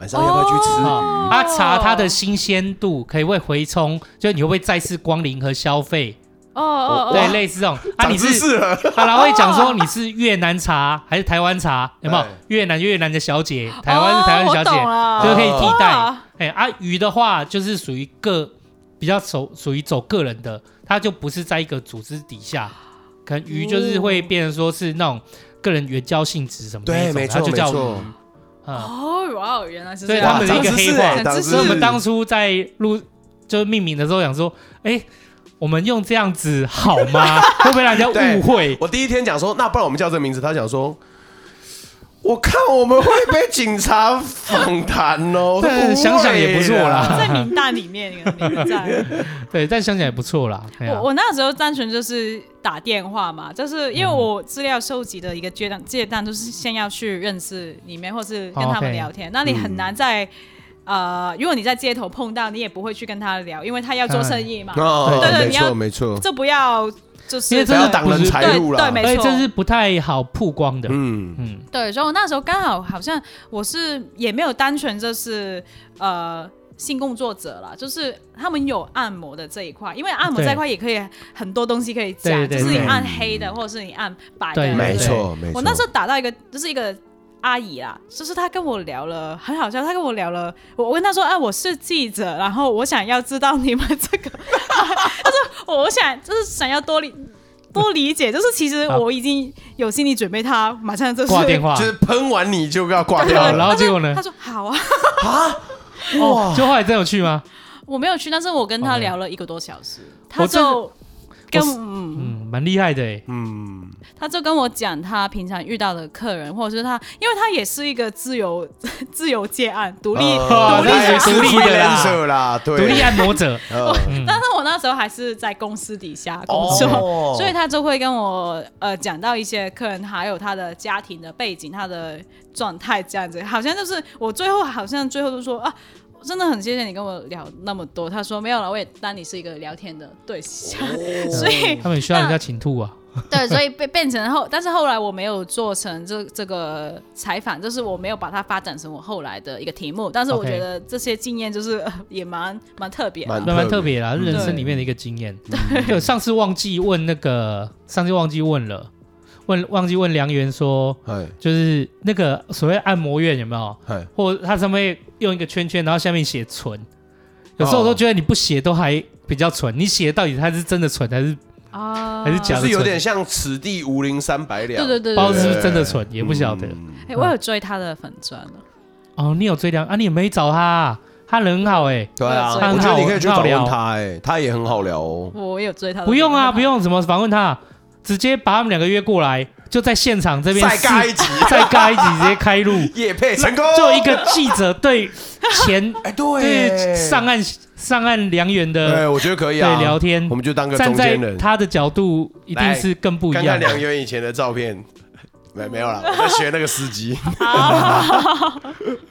Speaker 1: 晚上要不要去吃
Speaker 2: 啊，
Speaker 3: 哦
Speaker 1: 鱼？
Speaker 2: 它茶它的新鲜度可以会回冲，就你会不会再次光临和消费？
Speaker 3: 哦哦哦，
Speaker 2: 对，类似这种啊，
Speaker 1: 长
Speaker 2: 你
Speaker 1: 知
Speaker 2: 是
Speaker 1: 识了，
Speaker 2: 好啦，会讲说你是越南茶还是台湾茶？有没有
Speaker 1: 对
Speaker 2: 越南越南的小姐，台湾
Speaker 1: 哦
Speaker 2: 是台湾的
Speaker 3: 哦
Speaker 2: 小姐，
Speaker 1: 啊
Speaker 2: 就
Speaker 3: 姐
Speaker 2: 可以替代。
Speaker 3: 哇，
Speaker 2: 哎啊，鱼的话就是属于个比较走属于走个人的，它就不是在一个组织底下，可能鱼就是
Speaker 1: 哦
Speaker 2: 会变成说是那种个人援交性质什么的那
Speaker 1: 对，
Speaker 2: 种
Speaker 1: 没
Speaker 2: 它
Speaker 1: 错
Speaker 2: 就
Speaker 1: 没
Speaker 2: 叫
Speaker 1: 错
Speaker 2: 鱼。。嗯，
Speaker 3: 哦哇哦，原来是这
Speaker 2: 所以
Speaker 3: 样，
Speaker 2: 他们的一个
Speaker 1: 长知
Speaker 2: 黑
Speaker 1: 识
Speaker 2: 化
Speaker 1: 哎长知识
Speaker 2: 所以我们当初在录就是命名的时候想说，哎，我们用这样子好 吗？会不会让人家误会？
Speaker 1: 我第一天讲说，那不然我们叫这个名字，他讲说。我看我们会被警察访谈哦，我说
Speaker 2: 对
Speaker 1: 不会
Speaker 2: 想想也不错啦
Speaker 3: 在名单里面，你的名在。
Speaker 2: 对，但想想也不错啦。 对啊
Speaker 3: 我我那时候单纯就是打电话嘛，就是
Speaker 2: 嗯
Speaker 3: 因为我资料收集的一个阶段阶段，就是先要去认识里面，或是跟他
Speaker 2: 哦 OK
Speaker 3: 们
Speaker 2: 嗯
Speaker 3: 聊天。那你很难在、呃，如果你在街头碰到，你也不会去跟他聊，因为他要做生意嘛，
Speaker 1: 哦，
Speaker 3: 对对
Speaker 1: 没
Speaker 3: 你要
Speaker 1: 错没错，
Speaker 3: 这不要就是
Speaker 2: 因为
Speaker 1: 不
Speaker 2: 这
Speaker 1: 要
Speaker 2: 是
Speaker 1: 挡人财路啦。
Speaker 3: 对对没
Speaker 2: 而且
Speaker 3: 错
Speaker 2: 这是不太好曝光的。
Speaker 1: 嗯，
Speaker 2: 嗯，
Speaker 3: 对，所以我那时候刚好好像我是也没有单纯就是呃性工作者啦，就是他们有按摩的这一块，因为按摩
Speaker 2: 对
Speaker 3: 这一块也可以很多东西可以讲，
Speaker 2: 对对
Speaker 3: 就是你
Speaker 2: 对
Speaker 3: 按黑的或者是你按白的
Speaker 2: 对，
Speaker 1: 没错没错。
Speaker 3: 我那时候打到一个，就是一个阿姨啦，就是她跟我聊了，很好笑。她跟我聊了，我我跟她说，啊，我是记者，然后我想要知道你们这 个， 她说我想就是想要多理多理解，就是其实
Speaker 2: 好
Speaker 3: 我已经有心理准备，她马上就是
Speaker 2: 挂电话
Speaker 1: 就。是喷完你就要挂
Speaker 3: 对
Speaker 1: 掉
Speaker 2: 好
Speaker 1: 了
Speaker 2: 然后
Speaker 3: 她就
Speaker 2: 结果呢
Speaker 3: 她说好啊，
Speaker 1: 啊！
Speaker 2: 哦，就后来真有去吗？
Speaker 3: 我没有去，但是我跟她
Speaker 2: OK
Speaker 3: 聊了一个多小时，
Speaker 2: 我
Speaker 3: 她
Speaker 2: 哦真的
Speaker 3: 就跟
Speaker 2: 我是
Speaker 3: 嗯
Speaker 2: 嗯，蛮厉害的哎。
Speaker 1: 嗯，
Speaker 3: 他就跟我讲他平常遇到的客人，或者是他，因为他也是一个自由 自由接案、独立、
Speaker 2: 哇
Speaker 1: 呃
Speaker 3: 独立
Speaker 2: 他也
Speaker 3: 的
Speaker 2: 是独立的啦
Speaker 1: 啦，啦，对，
Speaker 2: 独立按摩者，
Speaker 1: 呃
Speaker 2: 嗯，
Speaker 3: 但是我那时候还是在公司底下工 作，
Speaker 1: 哦，
Speaker 3: 所以他就会跟我呃讲到一些客人，还有他的家庭的背景、他的状态这样子，好像就是我最后好像最后就说啊。真的很谢谢你跟我聊那么多。他说没有了，我也当你是一个聊天的对象，
Speaker 1: 哦
Speaker 3: 所以
Speaker 2: 他们需要人家倾吐啊。
Speaker 3: 对，所以被变成后，但是后来我没有做成这这个采访，就是我没有把它发展成我后来的一个题目。但是我
Speaker 2: OK
Speaker 3: 觉得这些经验就是、呃也蛮蛮特别的
Speaker 1: 蛮
Speaker 2: 蛮蛮特别啦，
Speaker 1: 嗯
Speaker 2: 是人生里面的一个经验。对，嗯我上次忘记问那个，上次忘记问了，问忘记问梁源说，
Speaker 1: 哎
Speaker 2: 就是那个所谓按摩院有没有？
Speaker 1: 哎，
Speaker 2: 或它上面用一个圈圈，然后下面写纯。有
Speaker 1: 哦
Speaker 2: 时候我都觉得你不写都还比较纯，你写到底它是真的纯还是
Speaker 3: 啊
Speaker 2: 还是
Speaker 1: 哦
Speaker 2: 假
Speaker 1: 就是
Speaker 2: 的纯？
Speaker 1: 有点像此地无银三百两，
Speaker 3: 对对对
Speaker 2: 不知道
Speaker 3: 对
Speaker 2: 是不是真的纯，
Speaker 1: 对
Speaker 2: 也不晓得。
Speaker 1: 嗯
Speaker 3: 哎、我有追他的粉钻啊了，
Speaker 2: 哦，你有追梁啊？你也没找他啊，他人很好哎。
Speaker 1: 对啊，
Speaker 3: 很好
Speaker 1: 我觉得你可以去访
Speaker 2: 很好
Speaker 1: 问
Speaker 2: 聊
Speaker 1: 他，哎，他也很好聊哦。
Speaker 3: 我也有追他的。
Speaker 2: 不用啊，不。用怎么访问他，直接把他们两个约过来，就在现场这边
Speaker 1: 再
Speaker 2: 试
Speaker 1: 尬一集，
Speaker 2: 再尬一集，直接开录，
Speaker 1: 叶配 成功，
Speaker 2: 就一个记者对前
Speaker 1: 哎，
Speaker 2: 对
Speaker 1: 对，
Speaker 2: 上岸上岸良缘
Speaker 1: 对，
Speaker 2: 的
Speaker 1: 我觉得可以啊，
Speaker 2: 对聊天
Speaker 1: 我，们就当个
Speaker 2: 站
Speaker 1: 中
Speaker 2: 在
Speaker 1: 间人，
Speaker 2: 他的角度一定
Speaker 1: 来
Speaker 2: 是更不一
Speaker 1: 看
Speaker 2: 样
Speaker 1: 看
Speaker 2: 的
Speaker 1: 梁。元以前的照片，没没有啦，我在学那个司 机，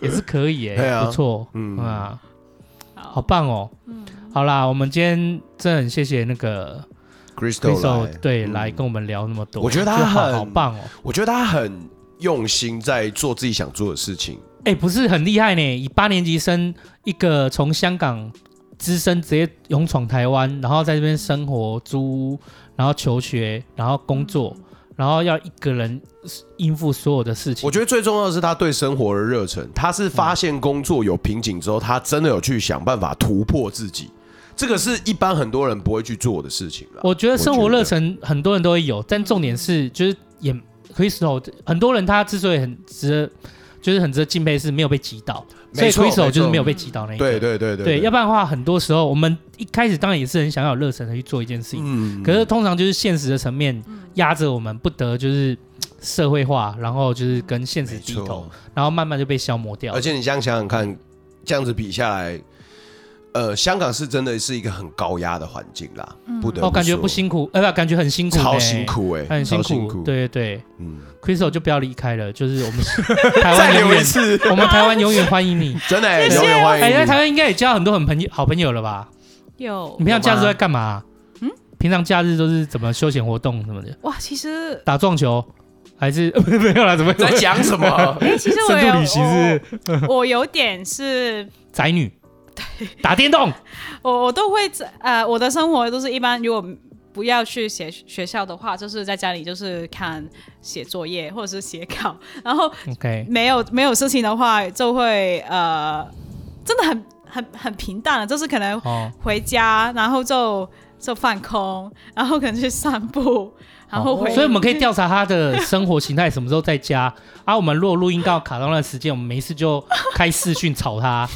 Speaker 2: 也是可以
Speaker 1: 对
Speaker 2: 诶、
Speaker 1: 啊
Speaker 2: 不错，嗯
Speaker 1: 嗯
Speaker 2: 啊，好
Speaker 3: 好，
Speaker 2: 棒哦。好啦，我们今天真的很谢谢那个 Crystal，
Speaker 1: Crystal
Speaker 2: 对，
Speaker 1: 嗯
Speaker 2: 来跟我们聊那么多，
Speaker 1: 我觉得他
Speaker 2: 就好
Speaker 1: 很
Speaker 2: 好棒哦。
Speaker 1: 我觉得他很用心在做自己想做的事情，
Speaker 2: 哎、不是很厉害呢，以八年级生一个从香港资深直接勇闯台湾，然后在这边生活、租屋，然后求学，然后工作，然后要一个人应付所有的事情。
Speaker 1: 我觉得最重要的是他对生活的热忱，他是发现工作有瓶颈之后，他真的有去想办法突破自己，这个是一般很多人不会去做的事情了。
Speaker 2: 我觉得生活热忱很多人都会有，但重点是就是也 Crystal 很多人他之所以很值得，就是很值得敬佩，是没有被击倒，所以
Speaker 1: 没错
Speaker 2: Crystal
Speaker 1: 没错
Speaker 2: 就是没有被击倒那一个。
Speaker 1: 对对对对
Speaker 2: 哎对，要不然的话，很多时候我们一开始当然也是很想要有热忱的去做一件事情，
Speaker 1: 嗯
Speaker 2: 可是通常就是现实的层面压着我们，不得就是嘖社会化，然后就是跟现实
Speaker 1: 没
Speaker 2: 低
Speaker 1: 错
Speaker 2: 头，然后慢慢就被消磨掉
Speaker 1: 而。且你这样想想看，这样子比下来，呃，香港是真的是一个很高压的环境啦，不得
Speaker 2: 哦，感觉
Speaker 1: 说
Speaker 2: 不，辛苦，呃，不，感觉很辛苦呢，
Speaker 1: 超辛苦哎、
Speaker 2: 他很辛
Speaker 1: 超
Speaker 2: 苦，
Speaker 1: 辛苦，，
Speaker 2: 对对对
Speaker 1: 嗯，
Speaker 2: ，Crystal 就不要离开了，就 是我们台湾
Speaker 1: 再
Speaker 2: 永
Speaker 1: 留一
Speaker 2: 远，
Speaker 1: 次，
Speaker 2: 我们台湾永远 欢迎你。
Speaker 1: 真的、欸，
Speaker 3: 谢谢
Speaker 1: 永远欢
Speaker 2: 哎，在
Speaker 1: 迎
Speaker 2: 台
Speaker 1: 你。
Speaker 2: 湾应该也交很多很朋友好朋友了吧？
Speaker 3: 有
Speaker 2: 你平常假日
Speaker 1: 有
Speaker 2: 都
Speaker 1: 吗
Speaker 2: 在干嘛、嗯
Speaker 3: 嗯，
Speaker 2: 平常假日都是怎么休闲活动什么的？
Speaker 3: 哇，其实
Speaker 2: 打撞球还是 没有啦？怎么
Speaker 1: 在讲什么？
Speaker 3: 哎、其实我
Speaker 2: 深
Speaker 3: 有
Speaker 2: 度旅行是
Speaker 3: 我我有点是
Speaker 2: 宅女？打电动
Speaker 3: 我我都会在呃，我的生活都是一般，如果不要去写学校的话，就是在家里就是看写作业或者是写稿，然后
Speaker 2: ，OK，
Speaker 3: 没有没有事情的话，就会呃，真的很很很平淡的，啊就是可能
Speaker 2: 哦，
Speaker 3: 回家，然后就就放空，然后可能去散步，然后
Speaker 2: 哦
Speaker 3: 回，
Speaker 2: 所以我们可以调查他的生活形态什么时候在家啊？我们如果录音刚好卡到那时间，我们没事就开视讯吵他，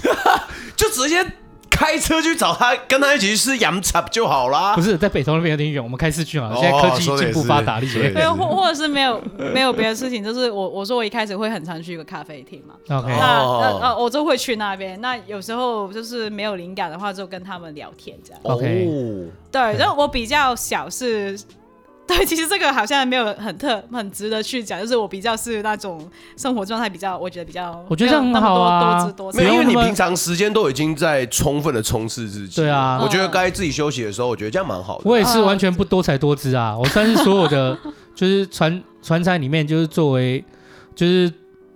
Speaker 1: 就直接开车去找他，跟他一起去吃洋茶就好啦
Speaker 2: 不。是在北投那边有点远，我们开视讯啊，现在科技进步发达了一些
Speaker 1: 哦哦说得也是
Speaker 3: 没有或或者是没有没有别的事情，就是我我说我一开始会很常去一个咖啡厅嘛，
Speaker 2: ，OK，
Speaker 3: 那
Speaker 1: 哦
Speaker 3: 那呃，我就会去那边。那有时候就是没有灵感的话，就跟他们聊天这样。
Speaker 1: 哦
Speaker 2: OK
Speaker 3: 对，然后我比较小是，对，其实这个好像没有很特很值得去讲，就是我比较是那种生活状态比较，我觉得比较，
Speaker 2: 我觉得这样
Speaker 3: 没有
Speaker 2: 很好啊
Speaker 3: 那么多多姿
Speaker 1: 没
Speaker 3: 多
Speaker 1: 有，因
Speaker 3: 彩
Speaker 1: 为
Speaker 2: 不用
Speaker 1: 你
Speaker 2: 那么
Speaker 1: 平常时间都已经在充分的充实自己。
Speaker 2: 对啊
Speaker 1: 我觉得该自己休息的时候，我觉得这样蛮好的。
Speaker 2: 我也是完全不多才多姿啊，我算是所有的就是传传产里面，就是作为就是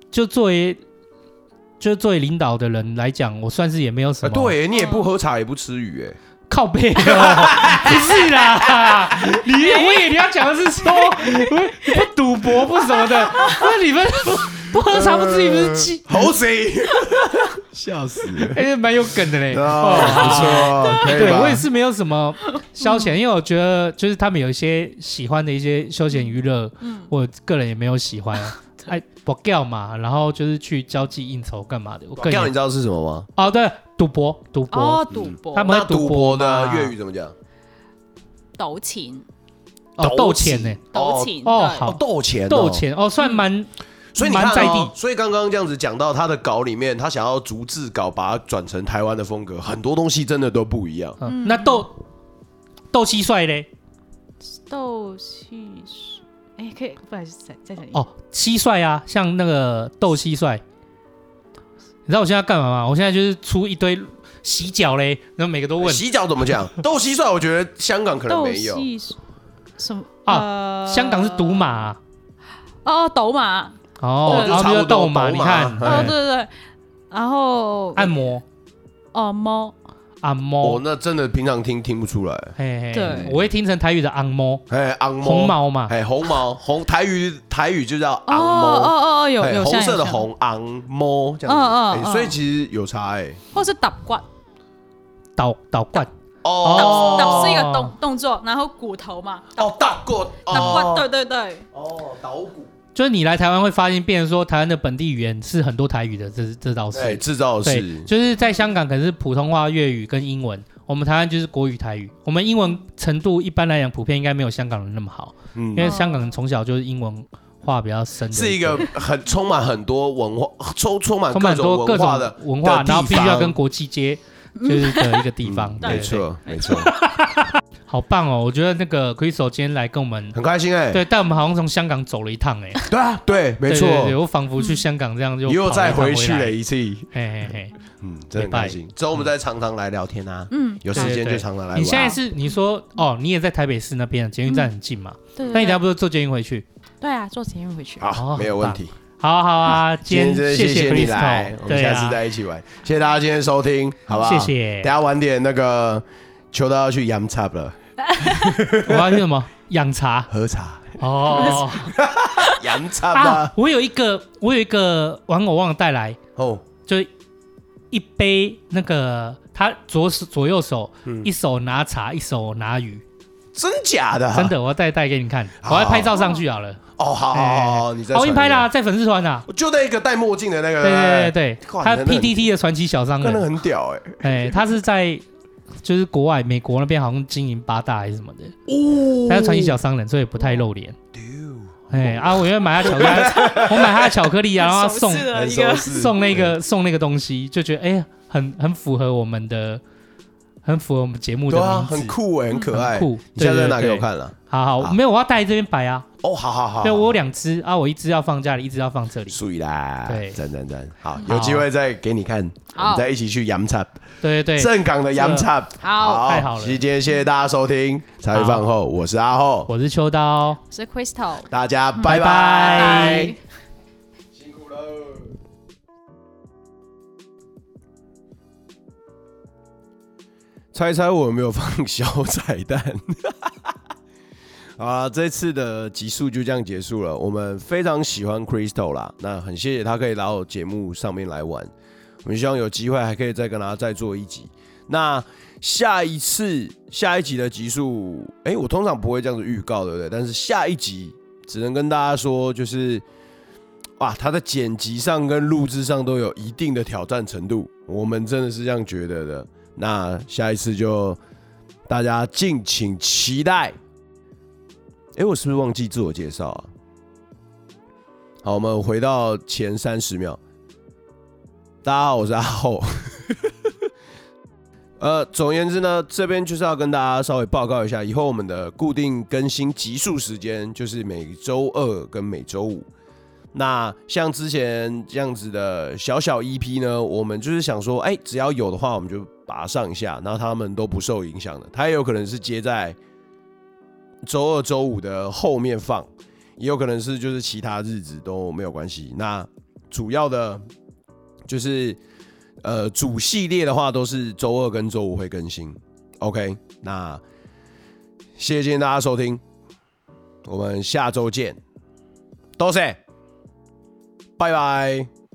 Speaker 2: 就作为就是作为领导的人来讲，我算是也没有什
Speaker 1: 啊，
Speaker 2: 么、
Speaker 1: 对你也不喝茶，也不吃鱼，哎，
Speaker 2: 靠背哦， 不是啦，你我以为你要讲的是说不不赌博不什么的，那你们不不喝茶不至于不是鸡，
Speaker 1: 猴子，笑 死了。
Speaker 2: 哎、蛮有梗的嘞。
Speaker 1: 哦，不错，可以
Speaker 2: 对
Speaker 1: 吧
Speaker 2: 我也是没有什么消遣，因为我觉得就是他们有一些喜欢的一些休闲娱乐，我个人也没有喜欢啊。哎，博掉嘛，然后就是去交际应酬干嘛的，我个
Speaker 1: 干
Speaker 2: 人
Speaker 1: 你
Speaker 2: 也
Speaker 1: 知道是什么吗？
Speaker 2: 哦对，赌博赌博、
Speaker 3: 哦，赌博、
Speaker 2: 嗯他们
Speaker 1: 那
Speaker 2: 会
Speaker 1: 赌
Speaker 2: 赌
Speaker 1: 博的
Speaker 2: 嘛
Speaker 1: 粤语怎么讲？
Speaker 3: 斗钱、
Speaker 2: 哦斗钱呢、
Speaker 3: 斗钱
Speaker 2: 哦
Speaker 3: 对
Speaker 2: 好
Speaker 1: 哦，斗钱哦，
Speaker 2: 斗钱哦算蛮、
Speaker 1: 所以你看、
Speaker 2: 蛮
Speaker 1: 哦，
Speaker 2: 在地，
Speaker 1: 所以刚刚这样子讲到他的稿里面，他想要逐字稿把它转成台湾的风格，很多东西真的都不一样。
Speaker 2: 嗯，那斗斗蟋蟀嘞？
Speaker 3: 斗气是，哎，可以，不然再再讲一遍。
Speaker 2: 哦，蟋蟀啊，像那个斗蟋蟀。你知道我现在干嘛吗？我现在就是出一堆洗脚嘞，然后每个都问
Speaker 1: 洗脚怎么 讲？斗蟋蟀，我觉得香港可能
Speaker 3: 斗
Speaker 1: 没有。
Speaker 3: 气是什么
Speaker 2: 啊
Speaker 3: 呃
Speaker 2: 香港是赌马啊、
Speaker 3: 哦，斗马
Speaker 2: 哦，
Speaker 3: 对
Speaker 2: 然后
Speaker 1: 差不多
Speaker 2: 就是斗马，
Speaker 1: 斗
Speaker 2: 你
Speaker 1: 马
Speaker 2: 看，
Speaker 1: 哎
Speaker 3: 哦，
Speaker 2: 哎
Speaker 3: 对对对，然后
Speaker 2: 按摩
Speaker 3: 哦猫
Speaker 2: 按
Speaker 1: 哦
Speaker 2: 摩，，
Speaker 1: 那真的平常听听不出来。
Speaker 2: 嘿嘿，
Speaker 3: 对
Speaker 2: 我会听成台语的按摩，
Speaker 1: 哎，昂猫
Speaker 2: 红，啊毛嘛，
Speaker 1: 哎，红毛，红台语台语就叫
Speaker 3: 哦
Speaker 1: 昂
Speaker 3: 哦
Speaker 1: 猫，
Speaker 3: 哦哦有
Speaker 1: 哎
Speaker 3: 有
Speaker 1: 红
Speaker 3: 像
Speaker 1: 色
Speaker 3: 有
Speaker 1: 的
Speaker 3: 像
Speaker 1: 红昂猫这
Speaker 3: 嗯
Speaker 1: 样
Speaker 3: 嗯
Speaker 1: 子，哎
Speaker 3: 嗯
Speaker 1: 所以其实有差哎。
Speaker 3: 或是揼骨，
Speaker 2: 倒倒罐，
Speaker 3: 揼
Speaker 2: 哦
Speaker 3: 揼是一个动动作，然后骨头嘛，
Speaker 1: 哦，倒过
Speaker 3: 揼骨，
Speaker 1: 哦
Speaker 3: 对对对，
Speaker 1: 哦，倒骨，
Speaker 2: 就是你来台湾会发现，变成说台湾的本地语言是很多台语的，这这倒
Speaker 1: 哎，
Speaker 2: 是，
Speaker 1: 制造
Speaker 2: 对
Speaker 1: 是，
Speaker 2: 就是在香港可能是普通话、粤语跟英文，我们台湾就是国语、台语，我们英文程度一般来讲普遍应该没有香港人那么好，
Speaker 1: 嗯
Speaker 2: 因为香港人从小就是英文化比较深的，
Speaker 1: 是一个很充满很多文化，充充满
Speaker 2: 充
Speaker 1: 各
Speaker 2: 满很
Speaker 1: 种
Speaker 2: 多各
Speaker 1: 文
Speaker 2: 种
Speaker 1: 化的，
Speaker 2: 文化，
Speaker 1: 的
Speaker 2: 然后必须要
Speaker 1: 地方嗯
Speaker 2: 跟国际接。就是的一个地方，对
Speaker 1: 没，
Speaker 2: 对
Speaker 1: 错，没错，
Speaker 2: 好棒哦！我觉得那个 Crystal 今天来跟我们
Speaker 1: 很开心哎，
Speaker 2: 对，但我们好像从香港走了一趟哎、
Speaker 1: 对啊，对，没
Speaker 2: 对
Speaker 1: 错，
Speaker 2: 对对我仿佛去香港这样就
Speaker 1: 又
Speaker 2: 跑了
Speaker 1: 再
Speaker 2: 一趟回
Speaker 1: 回去
Speaker 2: 来嗯
Speaker 1: 了，一次，
Speaker 2: 嘿嘿嘿。
Speaker 1: 嗯，真的很开心。之后我们再常常来聊天啊，
Speaker 3: 嗯，
Speaker 1: 有时间就常常来玩。
Speaker 2: 你
Speaker 1: 啊
Speaker 2: 现在是你说哦，你也在台北市那边，捷运站很近嘛？
Speaker 3: 对
Speaker 2: 那你等下
Speaker 3: 对
Speaker 2: 不是坐捷运回去？
Speaker 3: 对啊，坐捷运回去，
Speaker 1: 好，
Speaker 2: 哦
Speaker 1: 没有问题。
Speaker 2: 好啊好啊，今天
Speaker 1: 今天
Speaker 2: 谢
Speaker 1: 真的谢你来
Speaker 2: Crystal，，
Speaker 1: 我们
Speaker 2: 对
Speaker 1: 下次
Speaker 2: 啊，
Speaker 1: 再一起玩。谢谢大家今天收听，好不好？
Speaker 2: 谢。谢
Speaker 1: 等。下晚点那个秋刀要去 Yam Chop 了，
Speaker 2: 我要去什么？养茶
Speaker 1: 喝 茶
Speaker 2: 哦
Speaker 1: Yam Chop
Speaker 2: 啊
Speaker 1: 啦！。
Speaker 2: 我有一个，我有一个玩偶忘了带来，
Speaker 1: 哦，
Speaker 2: 就是一杯那个，他左手左右手
Speaker 1: 嗯
Speaker 2: 一手拿茶，一手拿鱼，
Speaker 1: 真假的？
Speaker 2: 真的，我要带带给 你看，
Speaker 1: 好
Speaker 2: 我要拍照上去好了。
Speaker 1: 哦，好好好，好你再
Speaker 2: 奥运哎
Speaker 1: 传
Speaker 2: 拍
Speaker 1: 给我
Speaker 2: 啦，在粉丝团啦，
Speaker 1: 就那个戴墨镜的那个，
Speaker 2: 对对
Speaker 1: 对
Speaker 2: 对对，
Speaker 1: 哇
Speaker 2: 他
Speaker 1: 你真的很
Speaker 2: PTT 的传奇小商
Speaker 1: 真的
Speaker 2: 人，
Speaker 1: 很屌哎、
Speaker 2: 哎，他是在就是国外美国那边好像经营八大还是什么的，
Speaker 1: 哦，
Speaker 2: 他是传奇小商人，所以不太露脸。哎啊，我因为买他巧克 力，我买他的巧克力啊，然后他送
Speaker 3: 很熟悉的
Speaker 1: 很
Speaker 3: 一
Speaker 1: 熟
Speaker 3: 个
Speaker 1: 悉
Speaker 2: 送那个送那个东西，就觉得哎很很符合我们的很符合我们节目的
Speaker 1: 对啊，
Speaker 2: 名字，
Speaker 1: 很酷哎，很可爱。
Speaker 2: 很酷
Speaker 1: 你下次再拿给
Speaker 2: 对对对
Speaker 1: 我看了。
Speaker 2: 好好，
Speaker 1: 好
Speaker 2: 没有，我要带这边摆啊。
Speaker 1: 哦，好好好，
Speaker 2: 对我有两只啊，我一只要放家里，一只要放这里。
Speaker 1: 所以啦，
Speaker 2: 对
Speaker 1: 赞赞赞，好，
Speaker 2: 好
Speaker 1: 有机会再给你看，我
Speaker 3: 好
Speaker 1: 们再一起去洋菜，
Speaker 2: 对对对，
Speaker 1: 正港的洋菜，
Speaker 3: 好
Speaker 2: 哎啊太好了
Speaker 1: 今天谢谢大家收听茶余饭后，我是阿后，
Speaker 2: 我是秋刀。
Speaker 3: 我是 Crystal，
Speaker 1: 大家
Speaker 2: 拜
Speaker 1: 拜
Speaker 2: 拜
Speaker 1: 拜，
Speaker 3: 拜。
Speaker 1: 辛苦喽。猜猜我有没有放小彩蛋？ 好啊，这次的集数就这样结束了。我们非常喜欢 Crystal 啦，那很谢谢他可以来我节目上面来玩。我们希望有机会还可以再跟他再做一集。那下一次下一集的集数，哎、我通常不会这样子预告，对不对？但是下一集只能跟大家说，就是哇，他在剪辑上跟录制上都有一定的挑战程度，我们真的是这样觉得的。那下一次就大家敬请期待。哎、我是不是忘记自我介绍啊？好，我们回到前三十秒。大家好，我是阿厚。 呃，总而言之呢，这边就是要跟大家稍微报告一下，以后我们的固定更新集数时间就是每周二跟每周五。那像之前这样子的小小 EP 呢，我们就是想说，哎、只要有的话，我们就把它上一下，然后他们都不受影响的。它也有可能是接在周二、周五的后面放，也有可能是就是其他日子都没有关系。那主要的就是呃主系列的话，都是周二跟周五会更新。OK，那谢谢今天大家收听，我们下周见，多谢。拜拜。